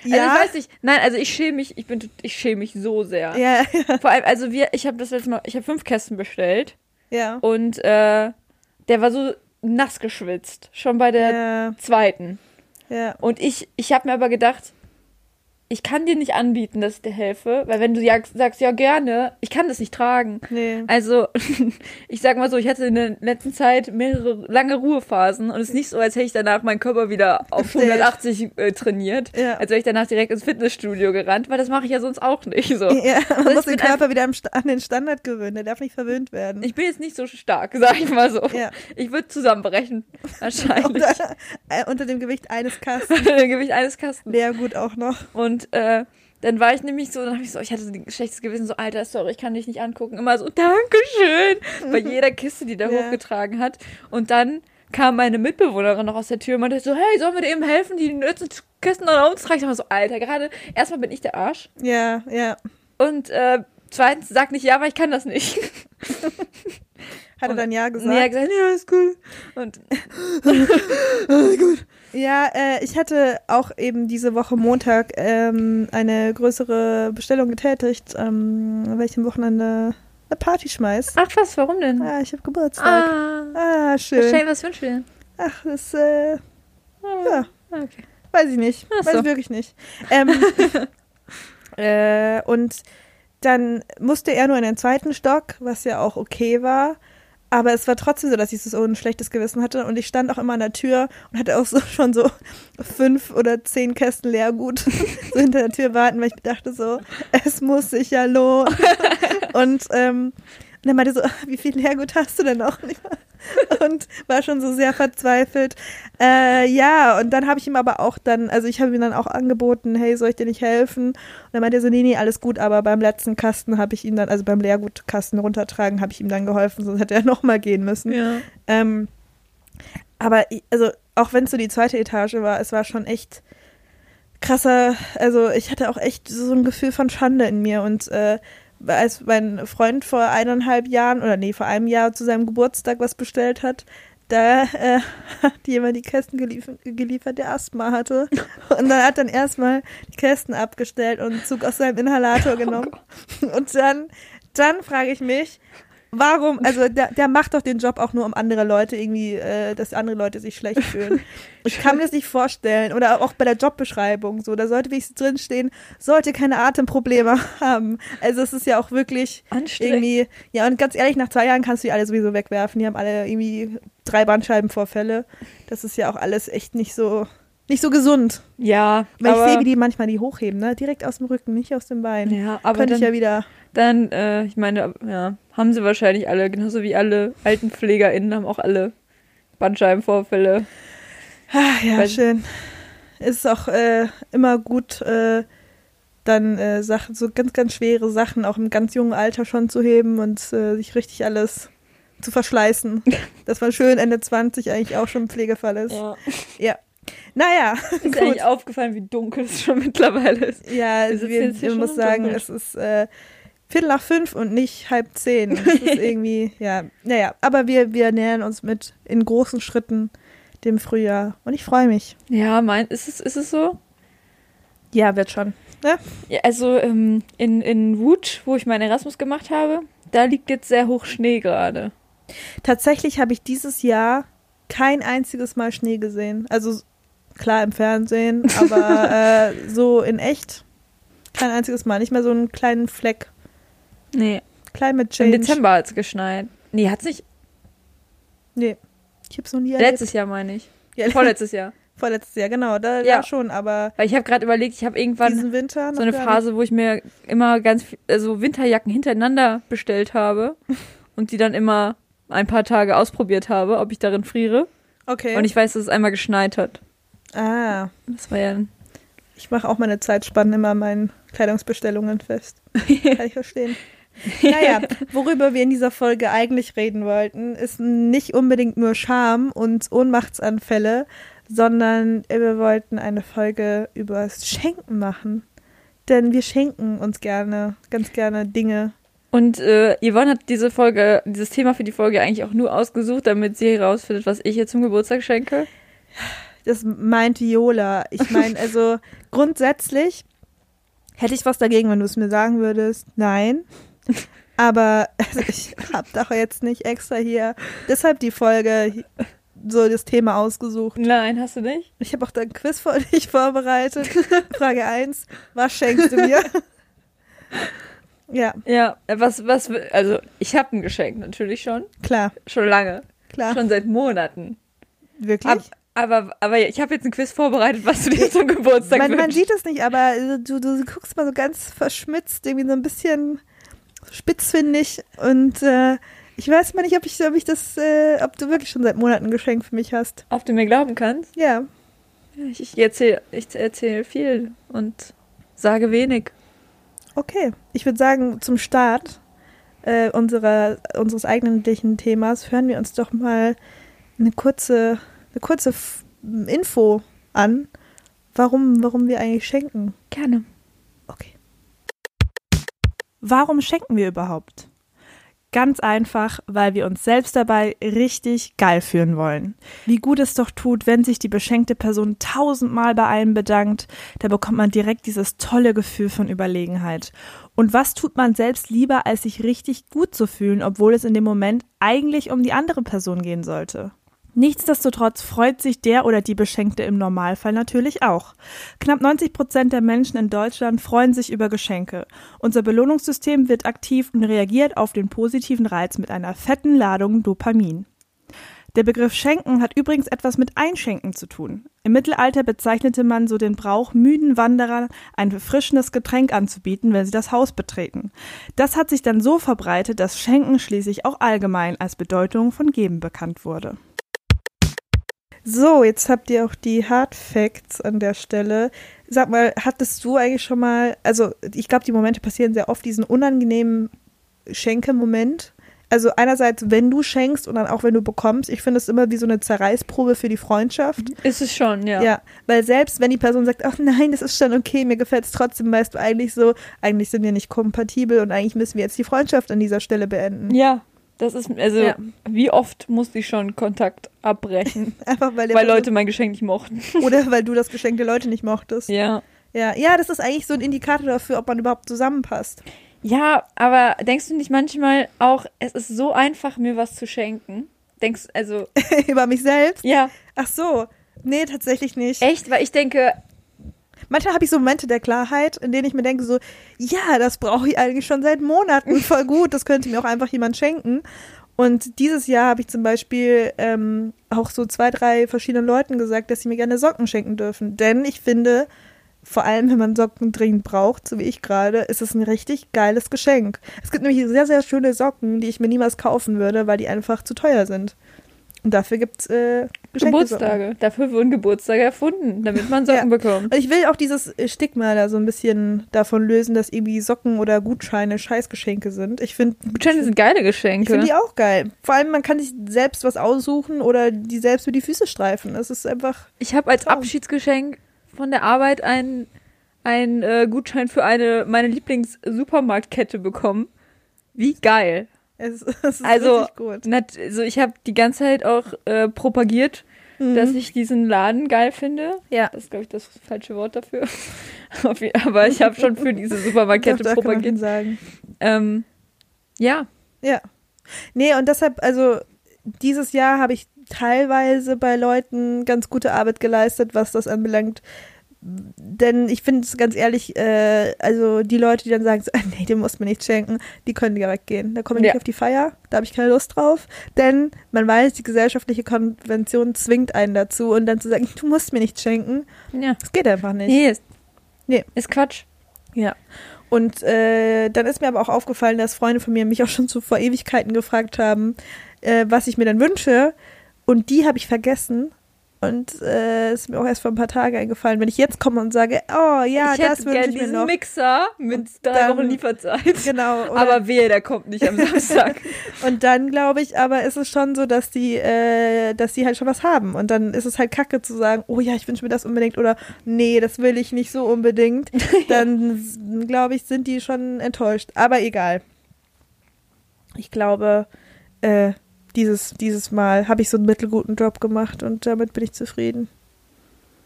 S2: Ja,
S1: Also ich weiß nicht. Nein, also ich schäme mich, ich bin ich schäme mich so sehr.
S2: ja, ja,
S1: Vor allem, also wir, ich habe das letzte Mal, ich habe fünf Kästen bestellt
S2: ja.
S1: und äh, der war so nass geschwitzt, schon bei der
S2: Ja,
S1: zweiten.
S2: ja.
S1: Und ich, ich habe mir aber gedacht, ich kann dir nicht anbieten, dass ich dir helfe, weil wenn du ja sagst, ja gerne, ich kann das nicht tragen.
S2: Nee.
S1: Also, ich sag mal so, ich hatte in der letzten Zeit mehrere lange Ruhephasen und es ist nicht so, als hätte ich danach meinen Körper wieder auf
S2: Gestellt.
S1: 180 äh, trainiert.
S2: Ja.
S1: Als wäre ich danach direkt ins Fitnessstudio gerannt, weil das mache ich ja sonst auch nicht. So.
S2: Ja,
S1: Also
S2: man
S1: ich
S2: muss den
S1: bin einfach-
S2: Körper wieder am Sta- an den Standard gewöhnen. Der darf nicht verwöhnt werden.
S1: Ich bin jetzt nicht so stark, sag ich mal so.
S2: Ja.
S1: Ich würde zusammenbrechen, wahrscheinlich.
S2: unter, äh, unter dem Gewicht eines Kastens.
S1: Dann Gewicht eines Kastens.
S2: Ja, gut, auch noch.
S1: Und äh, dann war ich nämlich so, dann hab ich so, ich hatte so ein schlechtes Gewissen, so, Alter, sorry, ich kann dich nicht angucken. Immer so, Dankeschön, bei jeder Kiste, die der
S2: Mhm. Ja.
S1: hochgetragen hat. Und dann kam meine Mitbewohnerin noch aus der Tür und meinte so, hey, sollen wir dir eben helfen, die letzten Kisten noch uns tragen? Ich dachte so, Alter, gerade, erstmal bin ich der Arsch.
S2: Ja, ja.
S1: Und äh, zweitens, sag nicht ja, weil ich kann das nicht.
S2: Hat er
S1: Und-
S2: dann Ja gesagt?
S1: Nee, er hat gesagt, ja, ist cool. Und
S2: Ja, äh, ich hatte auch eben diese Woche Montag ähm, eine größere Bestellung getätigt, ähm, weil ich am Wochenende eine Party schmeiß.
S1: ach was, warum denn?
S2: Ah, ich habe Geburtstag.
S1: Ah,
S2: Ah, schön.
S1: Shane, was wünschst du dir? Ah,
S2: Ach, das, äh, ja,
S1: Okay.
S2: weiß ich nicht.
S1: Ach so.
S2: Weiß ich wirklich nicht. Ähm, äh, und dann musste er nur in den zweiten Stock, was ja auch okay war. Aber es war trotzdem so, dass ich so ein schlechtes Gewissen hatte. Und ich stand auch immer an der Tür und hatte auch so schon so fünf oder zehn Kästen Leergut so hinter der Tür warten, weil ich mir dachte so, es muss sich ja lohnen. und, ähm, und dann meinte so, wie viel Leergut hast du denn noch? Und war schon so sehr verzweifelt. Äh, ja, und dann habe ich ihm aber auch dann, also ich habe ihm dann auch angeboten, hey, soll ich dir nicht helfen? Und dann meinte er so, nee, nee, alles gut, aber beim letzten Kasten habe ich ihm dann, also beim Leergutkasten runtertragen, habe ich ihm dann geholfen, sonst hätte er nochmal gehen müssen.
S1: Ja.
S2: Ähm, aber i- also auch wenn es so die zweite Etage war, es war schon echt krasser. Also ich hatte auch echt so ein Gefühl von Schande in mir und äh, als mein Freund vor eineinhalb Jahren oder nee vor einem Jahr zu seinem Geburtstag was bestellt hat, da äh, hat jemand die Kästen geliefert, geliefert, der Asthma hatte. Und dann hat dann erstmal die Kästen abgestellt und einen Zug aus seinem Inhalator genommen. Und dann, dann frage ich mich, Warum? Also der, der macht doch den Job auch nur, um andere Leute irgendwie, äh, dass andere Leute sich schlecht fühlen. Ich kann mir das nicht vorstellen. Oder auch bei der Jobbeschreibung so. Da sollte wenigstens drinstehen, sollte keine Atemprobleme haben. Also es ist ja auch wirklich
S1: Anstrengend.
S2: irgendwie. Ja, und ganz ehrlich, nach zwei Jahren kannst du die alle sowieso wegwerfen. Die haben alle irgendwie drei Bandscheibenvorfälle. Das ist ja auch alles echt nicht so. Nicht so gesund.
S1: Ja,
S2: Weil
S1: aber,
S2: ich sehe, wie die manchmal die hochheben, ne? Direkt aus dem Rücken, nicht aus dem Bein.
S1: ja, aber
S2: Könnte
S1: dann,
S2: ich ja wieder.
S1: Dann, äh, ich meine, ja, haben sie wahrscheinlich alle, genauso wie alle alten PflegerInnen haben auch alle Bandscheibenvorfälle.
S2: Ah, ja,
S1: Weil-
S2: schön. Es ist auch äh, immer gut, äh, dann äh, Sachen, so ganz, ganz schwere Sachen auch im ganz jungen Alter schon zu heben und äh, sich richtig alles zu verschleißen. Dass man schön Ende 20 eigentlich auch schon im Pflegefall ist.
S1: Ja.
S2: Naja,
S1: Ist dir eigentlich aufgefallen, wie dunkel es schon mittlerweile ist.
S2: ja, also
S1: sitzen
S2: wir,
S1: jetzt hier
S2: wir
S1: schon
S2: muss
S1: im
S2: sagen,
S1: Dunkeln.
S2: es ist äh, Viertel nach fünf und nicht halb zehn. Das ist irgendwie, ja, naja. Aber wir, wir nähern uns mit in großen Schritten dem Frühjahr und ich freue mich.
S1: Ja, mein, ist es, ist es so?
S2: Ja, wird schon. Ne?
S1: Ja, also ähm, in, in Wutsch, wo ich meinen Erasmus gemacht habe, da liegt jetzt sehr hoch Schnee gerade.
S2: Tatsächlich habe ich dieses Jahr kein einziges Mal Schnee gesehen. Also klar im Fernsehen, aber äh, so in echt kein einziges Mal. Nicht mal so einen kleinen Fleck.
S1: Nee.
S2: Climate
S1: Im
S2: Change.
S1: Dezember hat es geschneit. Nee, hat's nicht.
S2: Nee. Ich hab's noch nie
S1: letztes Jahr meine ich.
S2: Ja,
S1: Vorletztes Jahr.
S2: Vorletztes Jahr, genau. Da,
S1: Ja.
S2: da schon, aber
S1: Weil ich habe gerade überlegt, ich habe irgendwann
S2: diesen Winter noch
S1: so eine
S2: gar
S1: Phase, wo ich mir immer ganz viel, also Winterjacken hintereinander bestellt habe und die dann immer ein paar Tage ausprobiert habe, ob ich darin friere.
S2: Nicht. Okay.
S1: Und ich weiß, dass es einmal geschneit hat.
S2: ah,
S1: Das war ja ein
S2: ich mache auch meine Zeitspannen immer an meinen Kleidungsbestellungen fest. Kann ich verstehen. Naja, worüber wir in dieser Folge eigentlich reden wollten, ist nicht unbedingt nur Scham und Ohnmachtsanfälle, sondern wir wollten eine Folge über das Schenken machen. Denn wir schenken uns gerne, ganz gerne Dinge.
S1: Und äh, Yvonne hat diese Folge, dieses Thema für die Folge eigentlich auch nur ausgesucht, damit sie herausfindet, was ich ihr zum Geburtstag schenke.
S2: Das meint Viola. Ich meine, also grundsätzlich hätte ich was dagegen, wenn du es mir sagen würdest. Nein. Aber also ich habe doch jetzt nicht extra hier deshalb die Folge so das Thema ausgesucht.
S1: Nein, hast du nicht?
S2: Ich habe auch da ein Quiz für dich vorbereitet. Frage 1, was schenkst du mir? ja,
S1: Ja, äh, was, was, wi- also ich habe ein Geschenk natürlich schon,
S2: klar,
S1: schon lange,
S2: klar.
S1: schon seit Monaten.
S2: Wirklich?
S1: Ab, aber, aber ich habe jetzt ein Quiz vorbereitet, was du dir zum Geburtstag
S2: man, man
S1: wünschst.
S2: sieht es nicht, aber äh, du, du guckst mal so ganz verschmitzt, irgendwie so ein bisschen spitzfindig und äh, ich weiß mal nicht, ob ich, ob ich das, äh, ob du wirklich schon seit Monaten ein Geschenk für mich hast.
S1: Auf den du mir glauben kannst.
S2: Ja,
S1: Ich, ich erzähle ich erzähl viel und sage wenig.
S2: okay. Ich würde sagen, zum Start äh, unserer, unseres eigentlichen Themas hören wir uns doch mal eine kurze, eine kurze F Info an, warum, warum wir eigentlich schenken.
S1: Gerne.
S2: Okay. Warum schenken wir überhaupt? Ganz einfach, weil wir uns selbst dabei richtig geil fühlen wollen. Wie gut es doch tut, wenn sich die beschenkte Person tausendmal bei einem bedankt, da bekommt man direkt dieses tolle Gefühl von Überlegenheit. Und was tut man selbst lieber, als sich richtig gut zu fühlen, obwohl es in dem Moment eigentlich um die andere Person gehen sollte? Nichtsdestotrotz freut sich der oder die Beschenkte im Normalfall natürlich auch. Knapp 90 Prozent der Menschen in Deutschland freuen sich über Geschenke. Unser Belohnungssystem wird aktiv und reagiert auf den positiven Reiz mit einer fetten Ladung Dopamin. Der Begriff Schenken hat übrigens etwas mit Einschenken zu tun. Im Mittelalter bezeichnete man so den Brauch, müden Wanderern ein erfrischendes Getränk anzubieten, wenn sie das Haus betreten. Das hat sich dann so verbreitet, dass Schenken schließlich auch allgemein als Bedeutung von Geben bekannt wurde. So, jetzt habt ihr auch die Hard Facts an der Stelle. Sag mal, hattest du eigentlich schon mal, also ich glaube, die Momente passieren sehr oft, diesen unangenehmen Schenke-Moment. Also einerseits, wenn du schenkst und dann auch wenn du bekommst, ich finde es immer wie so eine Zerreißprobe für die Freundschaft.
S1: Ist es schon, ja.
S2: Ja. weil selbst wenn die Person sagt, ach nein, das ist schon okay, mir gefällt es trotzdem, weißt du eigentlich so, eigentlich sind wir nicht kompatibel und eigentlich müssen wir jetzt die Freundschaft an dieser Stelle beenden.
S1: Ja, das ist, also,
S2: Ja.
S1: wie oft musste ich schon Kontakt abbrechen,
S2: Einfach weil, der
S1: weil
S2: Person-
S1: Leute mein Geschenk nicht mochten.
S2: oder weil du das Geschenk der Leute nicht mochtest.
S1: Ja.
S2: Ja, ja, das ist eigentlich so ein Indikator dafür, ob man überhaupt zusammenpasst.
S1: Ja, aber denkst du nicht manchmal auch, es ist so einfach, mir was zu schenken? Denkst, also,
S2: Über mich selbst?
S1: ja,
S2: Ach so. Nee, tatsächlich nicht.
S1: echt, weil ich denke,
S2: Manchmal habe ich so Momente der Klarheit, in denen ich mir denke so, ja, das brauche ich eigentlich schon seit Monaten voll gut, das könnte mir auch einfach jemand schenken. Und dieses Jahr habe ich zum Beispiel ähm, auch so zwei, drei verschiedenen Leuten gesagt, dass sie mir gerne Socken schenken dürfen. Denn ich finde, vor allem wenn man Socken dringend braucht, so wie ich gerade, ist es ein richtig geiles Geschenk. Es gibt nämlich sehr, sehr schöne Socken, die ich mir niemals kaufen würde, weil die einfach zu teuer sind. Und dafür gibt es äh, Geburtstage.
S1: Geburtstage, dafür wurden Geburtstage erfunden, damit man Socken bekommt.
S2: Also Ich will auch dieses Stigma da so ein bisschen davon lösen, dass irgendwie Socken oder Gutscheine Scheißgeschenke sind. Ich finde
S1: Gutscheine sind geile
S2: ich
S1: Geschenke.
S2: find die auch geil. Vor allem, man kann sich selbst was aussuchen oder die selbst über die Füße streifen. Es ist einfach.
S1: Ich habe als
S2: Traum.
S1: Abschiedsgeschenk von der Arbeit einen, einen äh, Gutschein für eine meine Lieblings-Supermarktkette bekommen. Wie geil.
S2: Es, es ist
S1: Also-
S2: richtig gut.
S1: Nat also ich habe die ganze Zeit auch äh, propagiert, dass ich diesen Laden geil finde.
S2: Mhm. Ja.
S1: Das ist, glaube ich, das falsche Wort dafür. Auf je- Aber ich habe schon für diese Supermarktkette
S2: Doch, da kann man
S1: propagiert.
S2: sagen.
S1: Ähm, ja,
S2: Ja. Nee, und deshalb, also dieses Jahr habe ich teilweise bei Leuten ganz gute Arbeit geleistet, was das anbelangt. Denn ich finde es ganz ehrlich, äh, also die Leute, die dann sagen, so, "Ah, nee, du musst mir nichts schenken, die können direkt gehen. Da komme ich
S1: Ja.
S2: nicht auf die Feier, da habe ich keine Lust drauf. Denn man weiß, die gesellschaftliche Konvention zwingt einen dazu. Und dann zu sagen, du musst mir nichts schenken,
S1: ja.
S2: das geht einfach nicht.
S1: Nee, ist,
S2: Nee.
S1: ist Quatsch.
S2: Ja. Und äh, dann ist mir aber auch aufgefallen, dass Freunde von mir mich auch schon so vor Ewigkeiten gefragt haben, äh, was ich mir dann wünsche. Und die habe ich vergessen. Und äh, ist mir auch erst vor ein paar Tagen eingefallen, wenn ich jetzt komme und sage, oh ja,
S1: ich hätte
S2: das wünsche
S1: gerne
S2: ich mir
S1: diesen
S2: noch.
S1: Mixer mit drei
S2: dann-
S1: Wochen Lieferzeit.
S2: Genau. Oder,
S1: Aber wehe, der kommt nicht am Samstag.
S2: und dann glaube ich, aber ist es schon so, dass die, äh, dass die halt schon was haben. Und dann ist es halt kacke zu sagen, oh ja, ich wünsche mir das unbedingt oder nee, das will ich nicht so unbedingt. Dann glaube ich, sind die schon enttäuscht. Aber egal. ich glaube, äh, dieses, dieses Mal habe ich so einen mittelguten Job gemacht und damit bin ich zufrieden.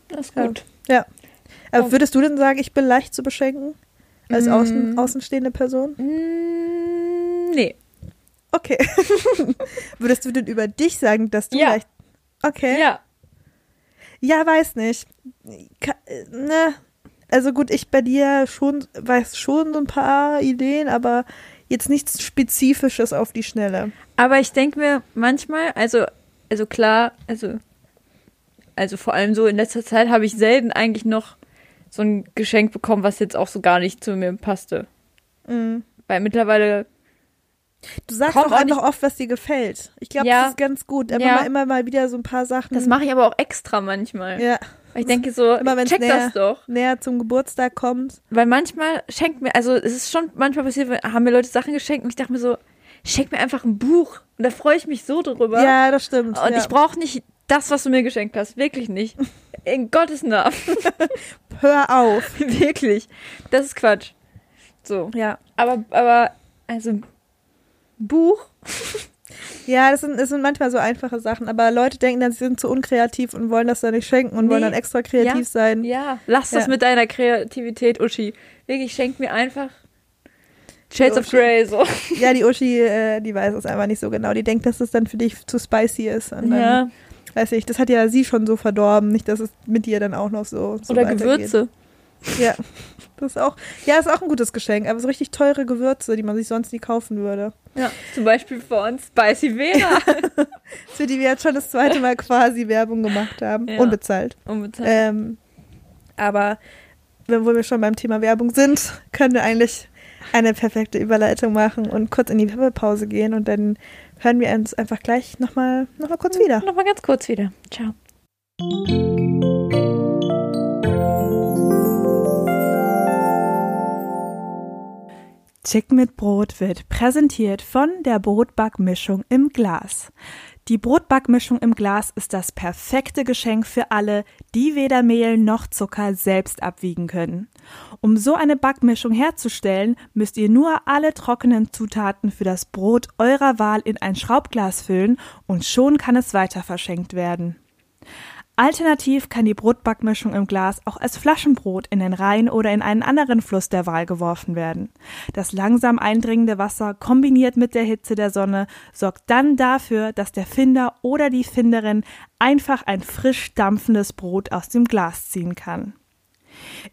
S1: Das ist
S2: Ja.
S1: gut.
S2: Ja. Aber
S1: Oh.
S2: würdest du denn sagen, ich bin leicht zu beschenken? Als
S1: Mm.
S2: außen, außenstehende Person?
S1: Mm, nee.
S2: Okay. würdest du denn über dich sagen, dass du
S1: Ja.
S2: leicht. Okay.
S1: Ja.
S2: Ja, weiß nicht. Ka- äh, Ne. Also gut, ich bei dir schon, weiß schon so ein paar Ideen, aber jetzt nichts Spezifisches auf die Schnelle.
S1: Aber ich denke mir manchmal, also, also klar, also, also vor allem so in letzter Zeit habe ich selten eigentlich noch so ein Geschenk bekommen, was jetzt auch so gar nicht zu mir passte.
S2: Mm.
S1: Weil mittlerweile,
S2: Du sagst
S1: Kommt
S2: auch
S1: auch
S2: einfach oft, was dir gefällt. Ich glaube,
S1: Ja.
S2: das ist ganz gut. Immer,
S1: Ja.
S2: mal, immer mal wieder so ein paar Sachen.
S1: das mache ich aber auch extra manchmal.
S2: Mhm. ja,
S1: Weil ich denke so,
S2: Immer wenn's
S1: check
S2: näher-
S1: das doch.
S2: näher zum Geburtstag kommt.
S1: Weil manchmal schenkt mir, also es ist schon manchmal passiert, wenn- haben mir Leute Sachen geschenkt und ich dachte mir so, schenk mir einfach ein Buch. Und da freue ich mich so drüber.
S2: Ja, das stimmt.
S1: und
S2: ja.
S1: ich brauche nicht das, was du mir geschenkt hast. Wirklich nicht. In Gottes Namen.
S2: Hör auf.
S1: Wirklich. Das ist Quatsch. So.
S2: Ja.
S1: Aber, aber, also, ein Buch.
S2: Ja, das sind, das sind manchmal so einfache Sachen, aber Leute denken dann, sie sind zu unkreativ und wollen das dann nicht schenken und wollen
S1: Nee.
S2: dann extra kreativ
S1: Ja.
S2: sein.
S1: Ja. Lass das
S2: Ja.
S1: mit deiner Kreativität, Uschi. Wirklich, schenk mir einfach Shades of
S2: Uschi.
S1: Grey, so.
S2: Ja, die Uschi, äh, die weiß es einfach nicht so genau. Die denkt, dass es dann für dich zu spicy ist. Und dann,
S1: Ja.
S2: Weiß ich, das hat ja sie schon so verdorben, nicht, dass es mit dir dann auch noch so. so
S1: Oder
S2: weitergeht.
S1: Gewürze.
S2: Ja. Das ist auch, ja, ist auch ein gutes Geschenk, aber so richtig teure Gewürze, die man sich sonst nie kaufen würde.
S1: Ja. Zum Beispiel von Spicy Vera.
S2: Für die wir jetzt schon das zweite Mal quasi Werbung gemacht haben.
S1: Ja.
S2: Unbezahlt.
S1: Unbezahlt.
S2: Ähm, aber wenn wo wir schon beim Thema Werbung sind, können wir eigentlich eine perfekte Überleitung machen und kurz in die Werbepause gehen und dann hören wir uns einfach gleich nochmal noch mal kurz wieder.
S1: Nochmal ganz kurz wieder. Ciao.
S2: Chicken mit Brot wird präsentiert von der Brotbackmischung im Glas. Die Brotbackmischung im Glas ist das perfekte Geschenk für alle, die weder Mehl noch Zucker selbst abwiegen können. Um so eine Backmischung herzustellen, müsst ihr nur alle trockenen Zutaten für das Brot eurer Wahl in ein Schraubglas füllen und schon kann es weiter verschenkt werden. Alternativ kann die Brotbackmischung im Glas auch als Flaschenbrot in den Rhein oder in einen anderen Fluss der Wahl geworfen werden. Das langsam eindringende Wasser kombiniert mit der Hitze der Sonne sorgt dann dafür, dass der Finder oder die Finderin einfach ein frisch dampfendes Brot aus dem Glas ziehen kann.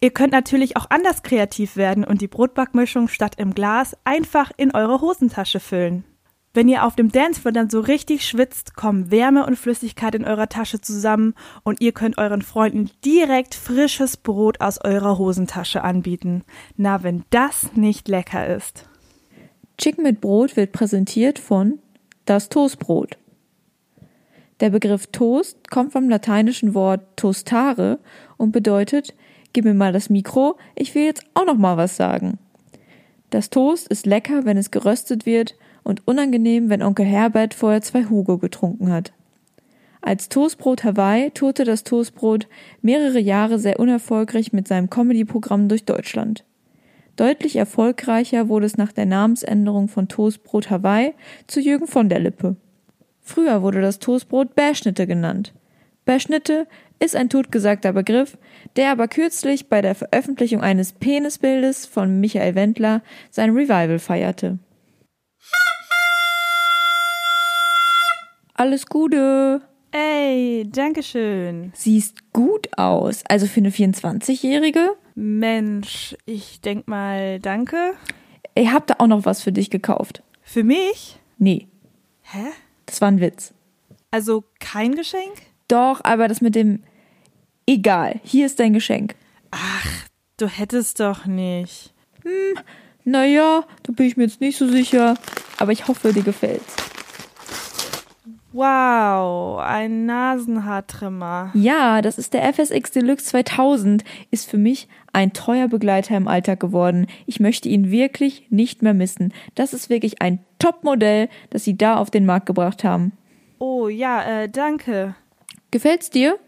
S2: Ihr könnt natürlich auch anders kreativ werden und die Brotbackmischung statt im Glas einfach in eure Hosentasche füllen. Wenn ihr auf dem Dancefloor dann so richtig schwitzt, kommen Wärme und Flüssigkeit in eurer Tasche zusammen und ihr könnt euren Freunden direkt frisches Brot aus eurer Hosentasche anbieten. Na, wenn das nicht lecker ist.
S1: Chicken mit Brot wird präsentiert von das Toastbrot. Der Begriff Toast kommt vom lateinischen Wort tostare und bedeutet, gib mir mal das Mikro, ich will jetzt auch noch mal was sagen. Das Toast ist lecker, wenn es geröstet wird und unangenehm, wenn Onkel Herbert vorher zwei Hugo getrunken hat. Als Toastbrot Hawaii tourte das Toastbrot mehrere Jahre sehr unerfolgreich mit seinem Comedy-Programm durch Deutschland. Deutlich erfolgreicher wurde es nach der Namensänderung von Toastbrot Hawaii zu Jürgen von der Lippe. Früher wurde das Toastbrot Bärschnitte genannt. Bärschnitte ist ein totgesagter Begriff, der aber kürzlich bei der Veröffentlichung eines Penisbildes von Michael Wendler sein Revival feierte. Alles Gute!
S3: Ey, Dankeschön.
S1: Siehst gut aus. Also für eine 24-Jährige?
S3: Mensch, ich denk mal, danke.
S1: Ich hab da auch noch was für dich gekauft.
S3: Für mich?
S1: Nee,
S3: Hä?
S1: das war ein Witz.
S3: Also kein Geschenk?
S1: Doch, aber das mit dem egal, hier ist dein Geschenk.
S3: Du hättest doch nicht.
S1: Naja, da bin ich mir jetzt nicht so sicher, aber ich hoffe, dir gefällt's.
S3: Wow, ein Nasenhaartrimmer.
S1: Ja, das ist der FSX Deluxe 2000, ist für mich ein treuer Begleiter im Alltag geworden. Ich möchte ihn wirklich nicht mehr missen. Das ist wirklich ein Top-Modell, das sie da auf den Markt gebracht haben.
S3: Oh ja, äh, danke.
S1: Gefällt's dir?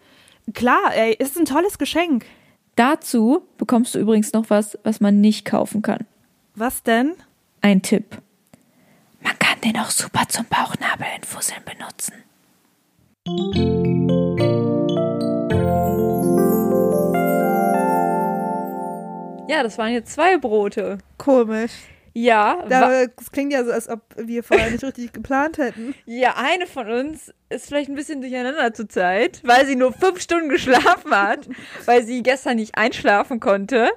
S3: Klar, ey, ist ein tolles Geschenk.
S1: Dazu bekommst du übrigens noch was, was man nicht kaufen kann.
S3: Was denn?
S1: Ein Tipp. Man kann kann den auch super zum Bauchnabel entfusseln benutzen. Ja, das waren jetzt zwei Brote.
S4: Komisch.
S1: Ja, wa-
S4: Da, das klingt ja so, als ob wir vorher nicht richtig geplant hätten.
S1: ja, eine von uns ist vielleicht ein bisschen durcheinander zurzeit, weil sie nur fünf Stunden geschlafen hat, weil sie gestern nicht einschlafen konnte.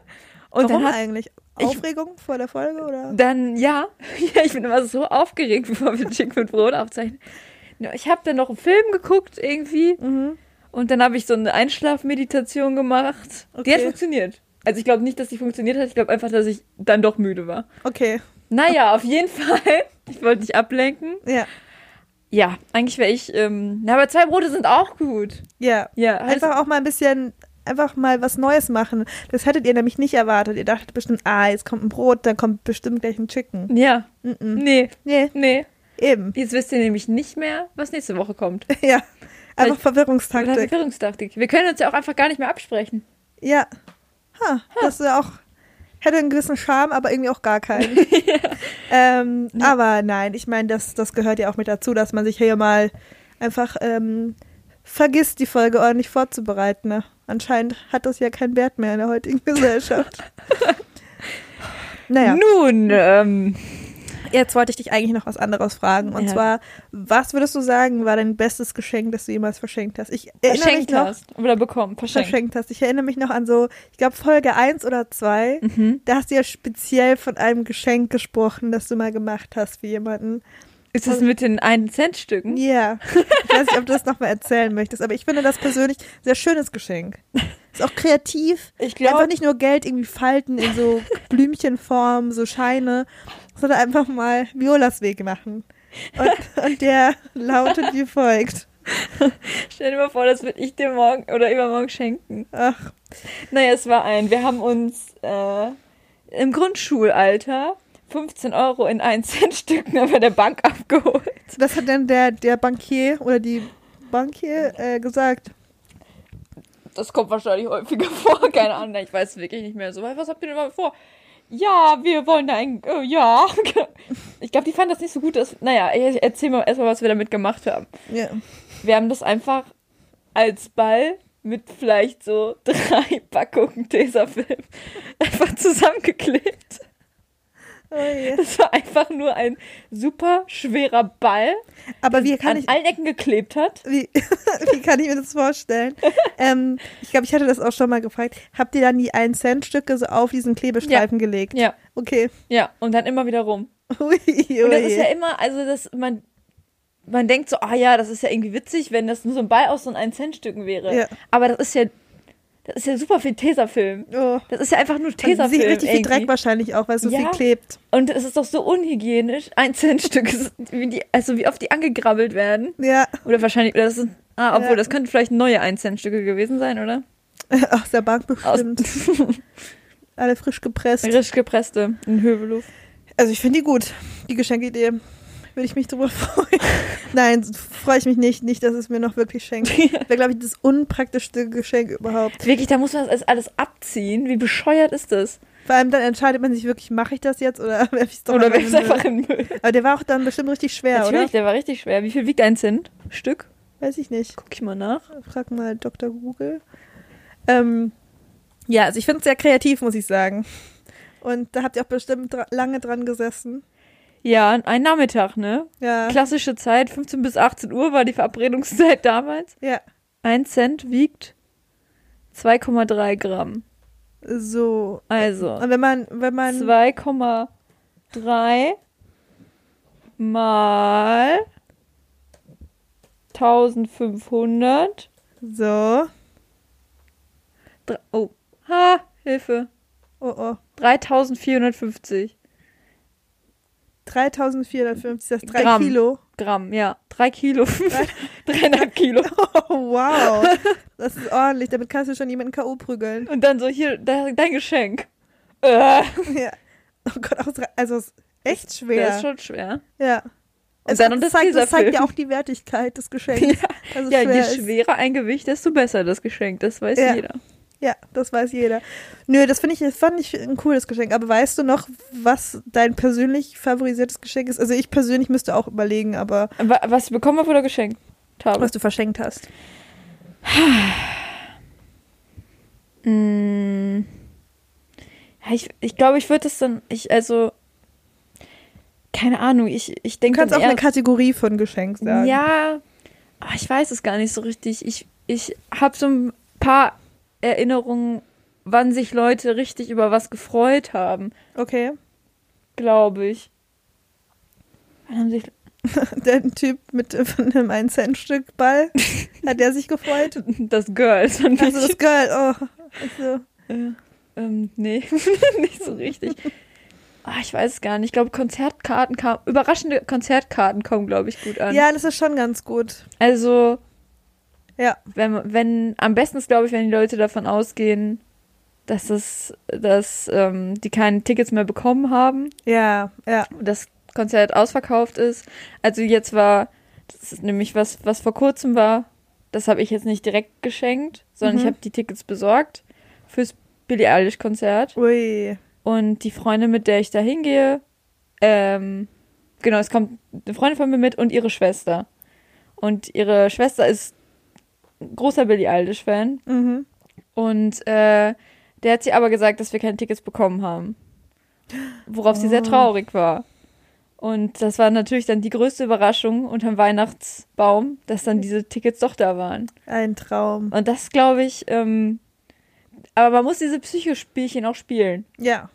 S1: Und
S4: Warum
S1: dann hat
S4: eigentlich?
S1: ich-
S4: Aufregung vor der Folge oder?
S1: Dann, ja. ja, ich bin immer so aufgeregt, bevor wir Chick mit Brot aufzeichnen. Ja, Ich habe dann noch einen Film geguckt irgendwie
S4: Mhm.
S1: und dann habe ich so eine Einschlafmeditation gemacht. Die hat
S4: Okay.
S1: funktioniert. Also ich glaube nicht, dass die funktioniert hat. Ich glaube einfach, dass ich dann doch müde war.
S4: Okay,
S1: Naja, auf jeden Fall. Ich wollte dich ablenken.
S4: ja.
S1: Ja, eigentlich wäre ich. Ähm, na, aber zwei Brote sind auch gut.
S4: Ja.
S1: Ja, also,
S4: Einfach auch mal ein bisschen, einfach mal was Neues machen. Das hättet ihr nämlich nicht erwartet. Ihr dachtet bestimmt, ah, jetzt kommt ein Brot, dann kommt bestimmt gleich ein Chicken.
S1: ja.
S4: Mhm.
S1: Nee,
S4: Nee,
S1: nee.
S4: eben.
S1: Jetzt wisst ihr nämlich nicht mehr, was nächste Woche kommt.
S4: Ja. Einfach
S1: Oder
S4: Verwirrungstaktik.
S1: Verwirrungstaktik. Wir können uns ja auch einfach gar nicht mehr absprechen.
S4: Ja. Ha, das wäre auch. Hätte einen gewissen Charme, aber irgendwie auch gar keinen. ähm, Aber nein, ich meine, das, das gehört ja auch mit dazu, dass man sich hier mal einfach ähm, vergisst, die Folge ordentlich vorzubereiten. Ne? Anscheinend hat das ja keinen Wert mehr in der heutigen Gesellschaft. naja,
S1: Nun, ähm,
S4: jetzt wollte ich dich eigentlich noch was anderes fragen. Und
S1: Ja.
S4: zwar, was würdest du sagen, war dein bestes Geschenk, das du jemals verschenkt hast? Ich erinnere mich
S1: verschenkt
S4: noch,
S1: hast. Oder bekommen, verschenkt.
S4: verschenkt hast. Ich erinnere mich noch an so, ich glaube, Folge 1 oder 2. Da hast du ja speziell von einem Geschenk gesprochen, das du mal gemacht hast für jemanden.
S1: Ist das mit den 1-Cent-Stücken?
S4: Ja. Ich weiß nicht, ob du das nochmal erzählen möchtest, aber ich finde das persönlich ein sehr schönes Geschenk. Ist auch kreativ.
S1: Ich
S4: Einfach nicht nur Geld irgendwie falten in so Blümchenform, so Scheine, sondern einfach mal Violas Weg machen. Und, und der lautet wie folgt.
S1: Stell dir mal vor, das würde ich dir morgen oder übermorgen schenken.
S4: Ach,
S1: Naja, es war ein. Wir haben uns äh, im Grundschulalter 15 Euro in 1-Cent-Stücken bei der Bank abgeholt.
S4: was hat denn der, der Bankier oder die Bankier äh, gesagt?
S1: Das kommt wahrscheinlich häufiger vor, keine Ahnung. Ich weiß wirklich nicht mehr so. Was habt ihr denn mal vor? Ja, wir wollen da ein. äh, ja. Ich glaube, die fanden das nicht so gut. Dass, naja, ich erzähl mal erstmal, was wir damit gemacht haben.
S4: Ja.
S1: Wir haben das einfach als Ball mit vielleicht so drei Packungen Tesafilm einfach zusammengeklebt.
S4: Oh je.
S1: Das war einfach nur ein super schwerer Ball,
S4: Aber wie kann
S1: an
S4: ich,
S1: allen Ecken geklebt hat.
S4: wie, wie kann ich mir das vorstellen? ähm, ich glaube, ich hatte das auch schon mal gefragt. Habt ihr dann die 1-Cent-Stücke so auf diesen Klebestreifen gelegt?
S1: Ja,
S4: Okay.
S1: ja. Und dann immer wieder rum.
S4: Ui, ui.
S1: Und das ist ja immer, also dass man, man denkt so, ah ja, das ist ja irgendwie witzig, wenn das nur so ein Ball aus so ein 1-Cent-Stücken wäre.
S4: Ja.
S1: Aber das ist ja, das ist ja super viel Tesafilm.
S4: Oh.
S1: Das ist ja einfach nur
S4: Man
S1: Tesafilm.
S4: sieht richtig viel Dreck
S1: irgendwie.
S4: wahrscheinlich auch, weil so
S1: Ja.
S4: viel klebt.
S1: Und es ist doch so unhygienisch, 1-Cent-Stücke, wie die, also wie oft die angegrabbelt werden.
S4: Ja,
S1: Oder wahrscheinlich, oder das sind, ah, obwohl,
S4: Ja.
S1: das könnten vielleicht neue 1-Cent-Stücke gewesen sein, oder?
S4: aus der Bank
S1: Aus,
S4: bestimmt. Alle frisch gepresst.
S1: frisch gepresste in Hövelhof.
S4: Also ich finde die gut, die Geschenkidee. Würde ich mich drüber freuen. Nein, freue ich mich nicht. Nicht, dass es mir noch wirklich schenkt. Wäre, glaube ich, das unpraktischste Geschenk überhaupt.
S1: Wirklich, da muss man das alles abziehen. Wie bescheuert ist das?
S4: Vor allem dann entscheidet man sich wirklich, mache ich das jetzt oder werfe ich es doch
S1: Oder
S4: einfach
S1: wäre es
S4: in den Müll?
S1: einfach im Müll?
S4: Aber der war auch dann bestimmt richtig schwer,
S1: Natürlich, der war richtig schwer. Wie viel wiegt ein Cent? Stück?
S4: oder? Weiß ich nicht.
S1: Guck ich mal nach.
S4: Frag mal Dr. Google. Ähm, ja, also ich finde es sehr kreativ, muss ich sagen. Und da habt ihr auch bestimmt dra lange dran gesessen.
S1: Ja, ein Nachmittag, ne?
S4: Ja.
S1: Klassische Zeit, 15 bis 18 Uhr war die Verabredungszeit damals.
S4: Ja.
S1: Ein Cent wiegt 2,3 Gramm.
S4: So.
S1: Also
S4: Und wenn man, wenn man.
S1: 2,3 mal 1500.
S4: So.
S1: Dr- Oh, ha, Hilfe.
S4: Oh oh.
S1: 3450
S4: 3450, das ist 3
S1: Gramm.
S4: Kilo.
S1: Gramm, ja. 3 Kilo. 300 Kilo.
S4: Oh, wow. Das ist ordentlich. Damit kannst du schon jemanden K.O. prügeln.
S1: Und dann so, hier, da- dein Geschenk. Äh,
S4: Ja. Oh Gott, auch drei- also es ist echt schwer.
S1: das ist schon schwer.
S4: Ja.
S1: Und dann noch das
S4: zeigt, das zeigt
S1: Tesafilm.
S4: ja auch die Wertigkeit des Geschenks. dass es
S1: Ja, je
S4: ist.
S1: schwerer ein Gewicht, desto besser das Geschenk. Das weiß
S4: Ja.
S1: jeder.
S4: Ja, das weiß jeder. Nö, das finde ich, das fand ich ein cooles Geschenk. Aber weißt du noch, was dein persönlich favorisiertes Geschenk ist? Also ich persönlich müsste auch überlegen, aber
S1: Wa- Was ich bekommen habe oder geschenkt habe?
S4: was du verschenkt hast.
S1: Mm. Ja, ich ich glaube, ich würde das dann, ich, also, keine Ahnung, ich, ich
S4: Du
S1: denke
S4: kannst auch
S1: dann eher-
S4: eine Kategorie von Geschenk sagen.
S1: Ja, aber ich weiß es gar nicht so richtig. Ich, ich habe so ein paar Erinnerungen, wann sich Leute richtig über was gefreut haben,
S4: Okay.
S1: glaube ich. Wann haben sich.
S4: Der Typ mit äh, von einem 1-Cent-Stück-Ball, hat der sich gefreut?
S1: Das Girl. Wann
S4: Also das Girl, oh. Also,
S1: äh, ähm, nee, nicht so richtig. Ah, ich weiß es gar nicht. Ich glaube, Konzertkarten kamen. Überraschende Konzertkarten kommen, glaube ich, gut an.
S4: ja, das ist schon ganz gut.
S1: Also,
S4: Ja.
S1: wenn, wenn, am besten ist, glaube ich, wenn die Leute davon ausgehen, dass es, dass ähm, die keine Tickets mehr bekommen haben,
S4: Ja, ja.
S1: das Konzert ausverkauft ist. Also jetzt war, das ist nämlich was, was vor kurzem war, das habe ich jetzt nicht direkt geschenkt, sondern ich habe die Tickets besorgt fürs Billie Eilish-Konzert.
S4: Ui.
S1: Und die Freundin, mit der ich da hingehe, ähm, genau, es kommt eine Freundin von mir mit und ihre Schwester. Und ihre Schwester ist ein großer Billie Eilish-Fan.
S4: Mhm.
S1: Und äh, der hat sie aber gesagt, dass wir keine Tickets bekommen haben. Worauf sie sehr traurig war. Und das war natürlich dann die größte Überraschung unterm Weihnachtsbaum, dass dann diese Tickets doch da waren.
S4: Ein Traum.
S1: Und das glaube ich, ähm, aber man muss diese Psychospielchen auch spielen.
S4: Ja.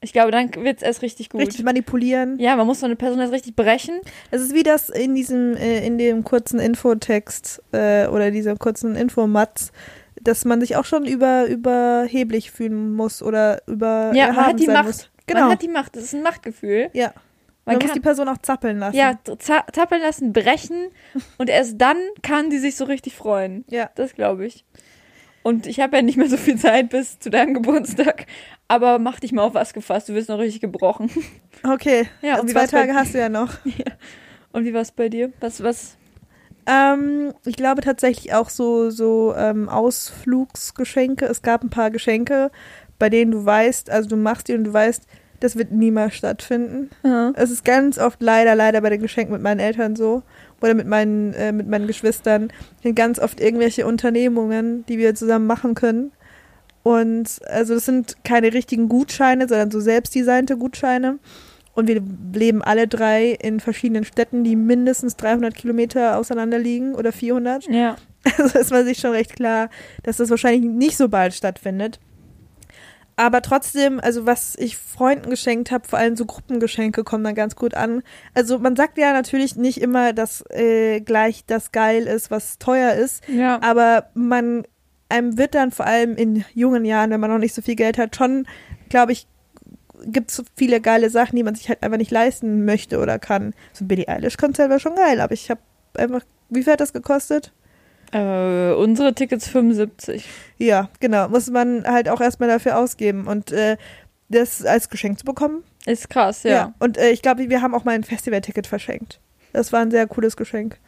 S1: Ich glaube, dann wird es erst richtig gut.
S4: Richtig manipulieren.
S1: Ja, man muss so eine Person erst richtig brechen.
S4: Es ist wie das in diesem, äh, in dem kurzen Infotext äh, oder dieser kurzen Infomatz, dass man sich auch schon über überheblich fühlen muss oder über
S1: Ja,
S4: erhaben
S1: man hat die
S4: sein
S1: Macht.
S4: muss. Genau.
S1: Man hat die Macht. Das ist ein Machtgefühl.
S4: ja. Man,
S1: Man,
S4: muss die
S1: kann
S4: Person auch zappeln lassen.
S1: ja za- zappeln lassen, brechen und erst dann kann die sich so richtig freuen.
S4: Ja.
S1: Das glaube ich. Und ich habe ja nicht mehr so viel Zeit bis zu deinem Geburtstag. Aber mach dich mal auf was gefasst. Du wirst noch richtig gebrochen.
S4: Okay. Also
S1: Ja, und wie
S4: zwei
S1: war's bei-
S4: Tage hast du ja noch.
S1: Und wie war es bei dir? Was, was?
S4: Ähm, ich glaube tatsächlich auch so, so ähm, Ausflugsgeschenke. Es gab ein paar Geschenke, bei denen du weißt, also du machst die und du weißt, das wird niemals stattfinden. Es ist ganz oft leider, leider bei den Geschenken mit meinen Eltern so oder mit meinen, äh, mit meinen Geschwistern. sind ganz oft irgendwelche Unternehmungen, die wir zusammen machen können. Und also das sind keine richtigen Gutscheine, sondern so selbstdesignte Gutscheine. Und wir leben alle drei in verschiedenen Städten, die mindestens 300 Kilometer auseinander liegen oder 400.
S1: Ja.
S4: Also ist man sich schon recht klar, dass das wahrscheinlich nicht so bald stattfindet. Aber trotzdem, also was ich Freunden geschenkt habe, vor allem so Gruppengeschenke kommen dann ganz gut an. Also man sagt ja natürlich nicht immer, dass äh, gleich das geil ist, was teuer ist,
S1: Ja.
S4: aber man einem wird dann vor allem in jungen Jahren, wenn man noch nicht so viel Geld hat, schon, glaube ich, gibt es viele geile Sachen, die man sich halt einfach nicht leisten möchte oder kann. So ein Billie Eilish-Konzert wäre schon geil, aber ich habe einfach, wie viel hat das gekostet?
S1: Äh, unsere Tickets 75.
S4: Ja, genau. Muss man halt auch erstmal dafür ausgeben. Und äh, das als Geschenk zu bekommen.
S1: Ist krass, ja.
S4: Und äh, ich glaube, wir haben auch mal ein Festivalticket verschenkt. Das war ein sehr cooles Geschenk.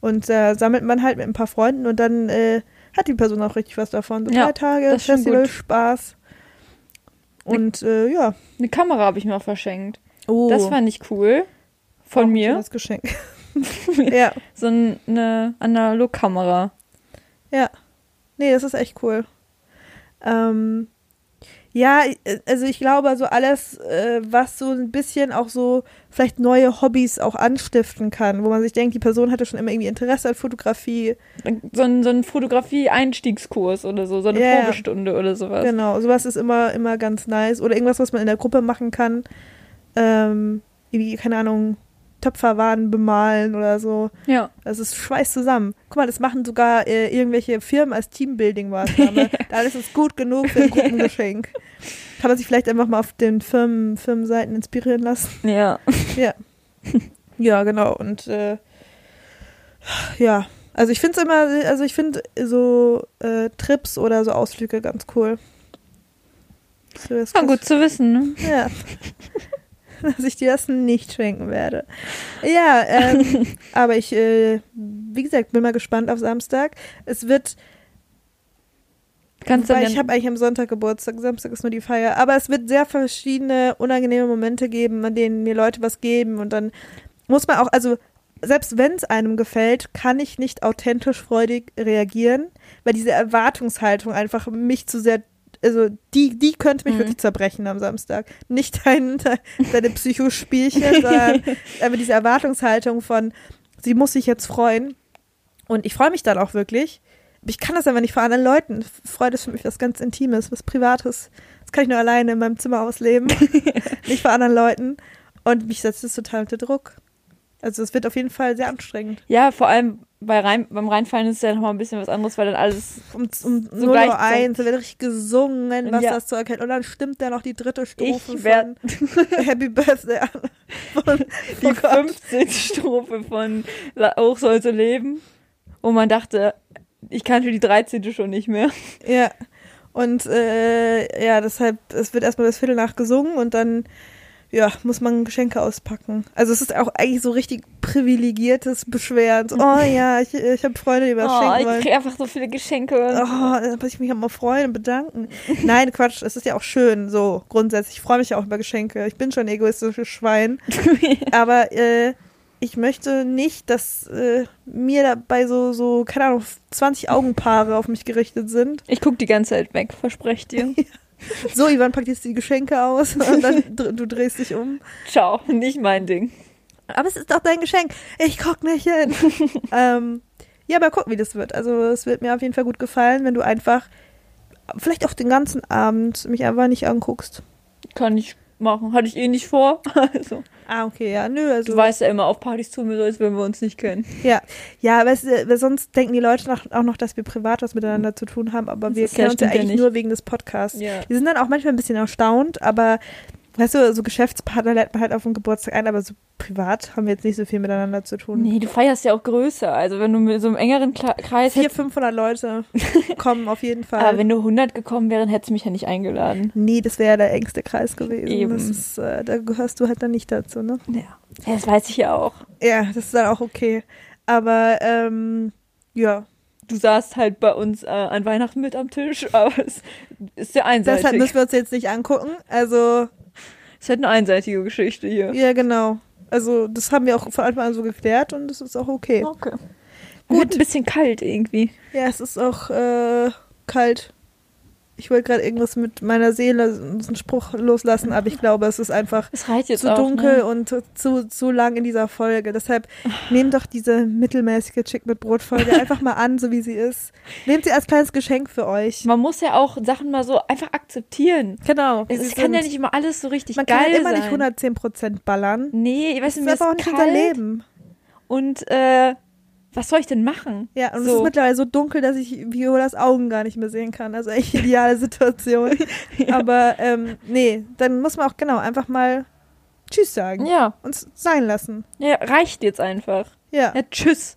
S4: Und da sammelt man halt mit ein paar Freunden und dann äh, hat die Person auch richtig was davon. So
S1: Ja,
S4: drei Tage,
S1: das ist schon
S4: Festival,
S1: gut.
S4: Spaß. Und äh, ja.
S1: Eine Kamera habe ich mal verschenkt.
S4: Oh,
S1: Das fand ich cool. Von mir.
S4: Das Geschenk. ja.
S1: So eine Analogkamera.
S4: Ja. Nee, das ist echt cool. Ähm, ja, äh, also ich glaube, also alles, äh, was so ein bisschen auch so vielleicht neue Hobbys auch anstiften kann, wo man sich denkt, die Person hatte schon immer irgendwie Interesse an Fotografie.
S1: So ein, so ein Fotografie-Einstiegskurs oder so, so eine
S4: Ja.
S1: Probestunde oder sowas.
S4: Genau, sowas ist immer, immer ganz nice. Oder irgendwas, was man in der Gruppe machen kann. Ähm, irgendwie, keine Ahnung, Töpferwaren bemalen oder so.
S1: Ja.
S4: Das ist Schweiß zusammen. Guck mal, das machen sogar äh, irgendwelche Firmen als Teambuilding-Maßnahme. Dann ist es gut genug für ein Gruppengeschenk. Kann man sich vielleicht einfach mal auf den Firmen, Firmenseiten inspirieren lassen.
S1: Ja.
S4: Ja, genau. Und äh, ja, also ich finde es immer, also ich finde so äh, Trips oder so Ausflüge ganz cool. So, das
S1: Ah,
S4: kannst-
S1: gut zu wissen, ne?
S4: ja. Dass ich dir das nicht schenken werde. Ja, ähm, aber ich, äh, wie gesagt, bin mal gespannt auf Samstag. Es wird
S1: kannst
S4: Wobei,
S1: dann
S4: ich
S1: ja,
S4: habe eigentlich am Sonntag Geburtstag, Samstag ist nur die Feier. Aber es wird sehr verschiedene unangenehme Momente geben, an denen mir Leute was geben. Und dann muss man auch, also selbst wenn es einem gefällt, kann ich nicht authentisch freudig reagieren, weil diese Erwartungshaltung einfach mich zu sehr, also die, die könnte mich
S1: Mhm.
S4: wirklich zerbrechen am Samstag. Nicht dein, de, deine Psychospielchen, sondern einfach diese Erwartungshaltung von, sie muss sich jetzt freuen. Und ich freue mich dann auch wirklich. Aber ich kann das einfach nicht vor anderen Leuten. Freude ist für mich was ganz Intimes, was Privates. Das kann ich nur alleine in meinem Zimmer ausleben. nicht vor anderen Leuten. Und mich setzt es total unter Druck. Also es wird auf jeden Fall sehr anstrengend.
S1: ja, vor allem bei rein, beim Reinfallen ist es ja nochmal ein bisschen was anderes, weil dann alles
S4: Um, um
S1: So
S4: 0 Uhr
S1: gleichzeitig.
S4: 1 wird richtig gesungen, was
S1: Ja.
S4: das zu erkennen. Und dann stimmt dann noch die dritte Strophe
S1: Ich werd-
S4: von Happy Birthday an. Von,
S1: die
S4: oh Gott.
S1: 15. Strophe von La Auch sollte leben, wo man dachte, ich kannte die 13. schon nicht mehr.
S4: Ja. Und äh, ja, deshalb, es wird erstmal das Viertel nach gesungen und dann, ja, muss man Geschenke auspacken. Also es ist auch eigentlich so richtig privilegiertes Beschweren. So, oh ja, ich, ich habe Freunde, die mir was
S1: Oh,
S4: schenken
S1: ich
S4: wollen.
S1: kriege einfach so viele Geschenke.
S4: Oh, da muss ich mich auch mal freuen und bedanken. Nein, Quatsch, es ist ja auch schön, so grundsätzlich. Ich freue mich ja auch über Geschenke. Ich bin schon ein egoistisches Schwein. Aber äh, ich möchte nicht, dass äh, mir dabei so, so, keine Ahnung, 20 Augenpaare auf mich gerichtet sind.
S1: Ich guck die ganze Zeit weg, verspreche ich dir.
S4: So, Ivan packt jetzt die Geschenke aus und dann dr- du drehst dich um.
S1: Ciao, nicht mein Ding.
S4: Aber es ist doch dein Geschenk. Ich guck nicht hin. ähm, ja, aber gucken, wie das wird. Also es wird mir auf jeden Fall gut gefallen, wenn du einfach vielleicht auch den ganzen Abend mich einfach nicht anguckst.
S1: Kann ich machen. Hatte ich eh nicht vor. Also,
S4: Ah, okay, ja, nö. Also,
S1: du weißt ja immer, auf Partys tun wir so, als wenn wir uns nicht kennen.
S4: ja, ja aber es, äh, weil sonst denken die Leute noch, auch noch, dass wir privat was miteinander zu tun haben, aber
S1: Das
S4: wir
S1: ist ja-
S4: kennen uns ja
S1: stimmt ja
S4: eigentlich
S1: nicht.
S4: nur wegen des Podcasts.
S1: Ja.
S4: Die sind dann auch manchmal ein bisschen erstaunt, aber weißt du, so Geschäftspartner lädt man halt auf den Geburtstag ein, aber so privat haben wir jetzt nicht so viel miteinander zu tun.
S1: Nee, du feierst ja auch größer. Also wenn du mit so einem engeren Kla Kreis
S4: Vier,
S1: hättest,
S4: 500 Leute kommen auf jeden
S1: aber
S4: Fall.
S1: wenn du 100 gekommen wären, hättest du mich ja nicht eingeladen.
S4: Nee, das wäre ja der engste Kreis gewesen.
S1: Eben.
S4: Das ist, äh, da gehörst du halt dann nicht dazu, ne?
S1: Ja. ja das weiß ich ja auch.
S4: Ja, das ist dann auch okay. Aber, ähm, ja.
S1: Du saßt halt bei uns äh, an Weihnachten mit am Tisch, aber es ist ja einseitig.
S4: Deshalb müssen wir uns jetzt nicht angucken. Also,
S1: es ist halt eine einseitige Geschichte hier.
S4: ja, genau. Also, das haben wir auch von Anfang an so geklärt und das ist auch okay.
S1: Okay. Gut. Ein bisschen kalt irgendwie.
S4: Ja, es ist auch äh, kalt. Ich wollte gerade irgendwas mit meiner Seele, so einen Spruch loslassen, aber ich glaube, es ist einfach
S1: Es reicht jetzt
S4: zu
S1: auch.
S4: dunkel
S1: Ne?
S4: und zu, zu lang in dieser Folge. Deshalb nehmt doch diese mittelmäßige Chick mit Brot-Folge einfach mal an, so wie sie ist. Nehmt sie als kleines Geschenk für euch.
S1: Man muss ja auch Sachen mal so einfach akzeptieren.
S4: Genau.
S1: Es, es kann ja nicht immer alles so richtig
S4: man
S1: geil
S4: kann ja immer
S1: sein.
S4: nicht 110% ballern.
S1: Nee, ich weiß nicht,
S4: Das
S1: mir
S4: ist
S1: ist
S4: aber auch nicht unser
S1: kalt
S4: Leben.
S1: und äh, was soll ich denn machen?
S4: Ja, und es
S1: So.
S4: ist mittlerweile so dunkel, dass ich Violas Augen gar nicht mehr sehen kann. Also echt ideale Situation. Aber ähm, nee, dann muss man auch genau einfach mal Tschüss sagen.
S1: Ja,
S4: Und es sein lassen.
S1: ja, reicht jetzt einfach.
S4: Ja.
S1: Ja, tschüss.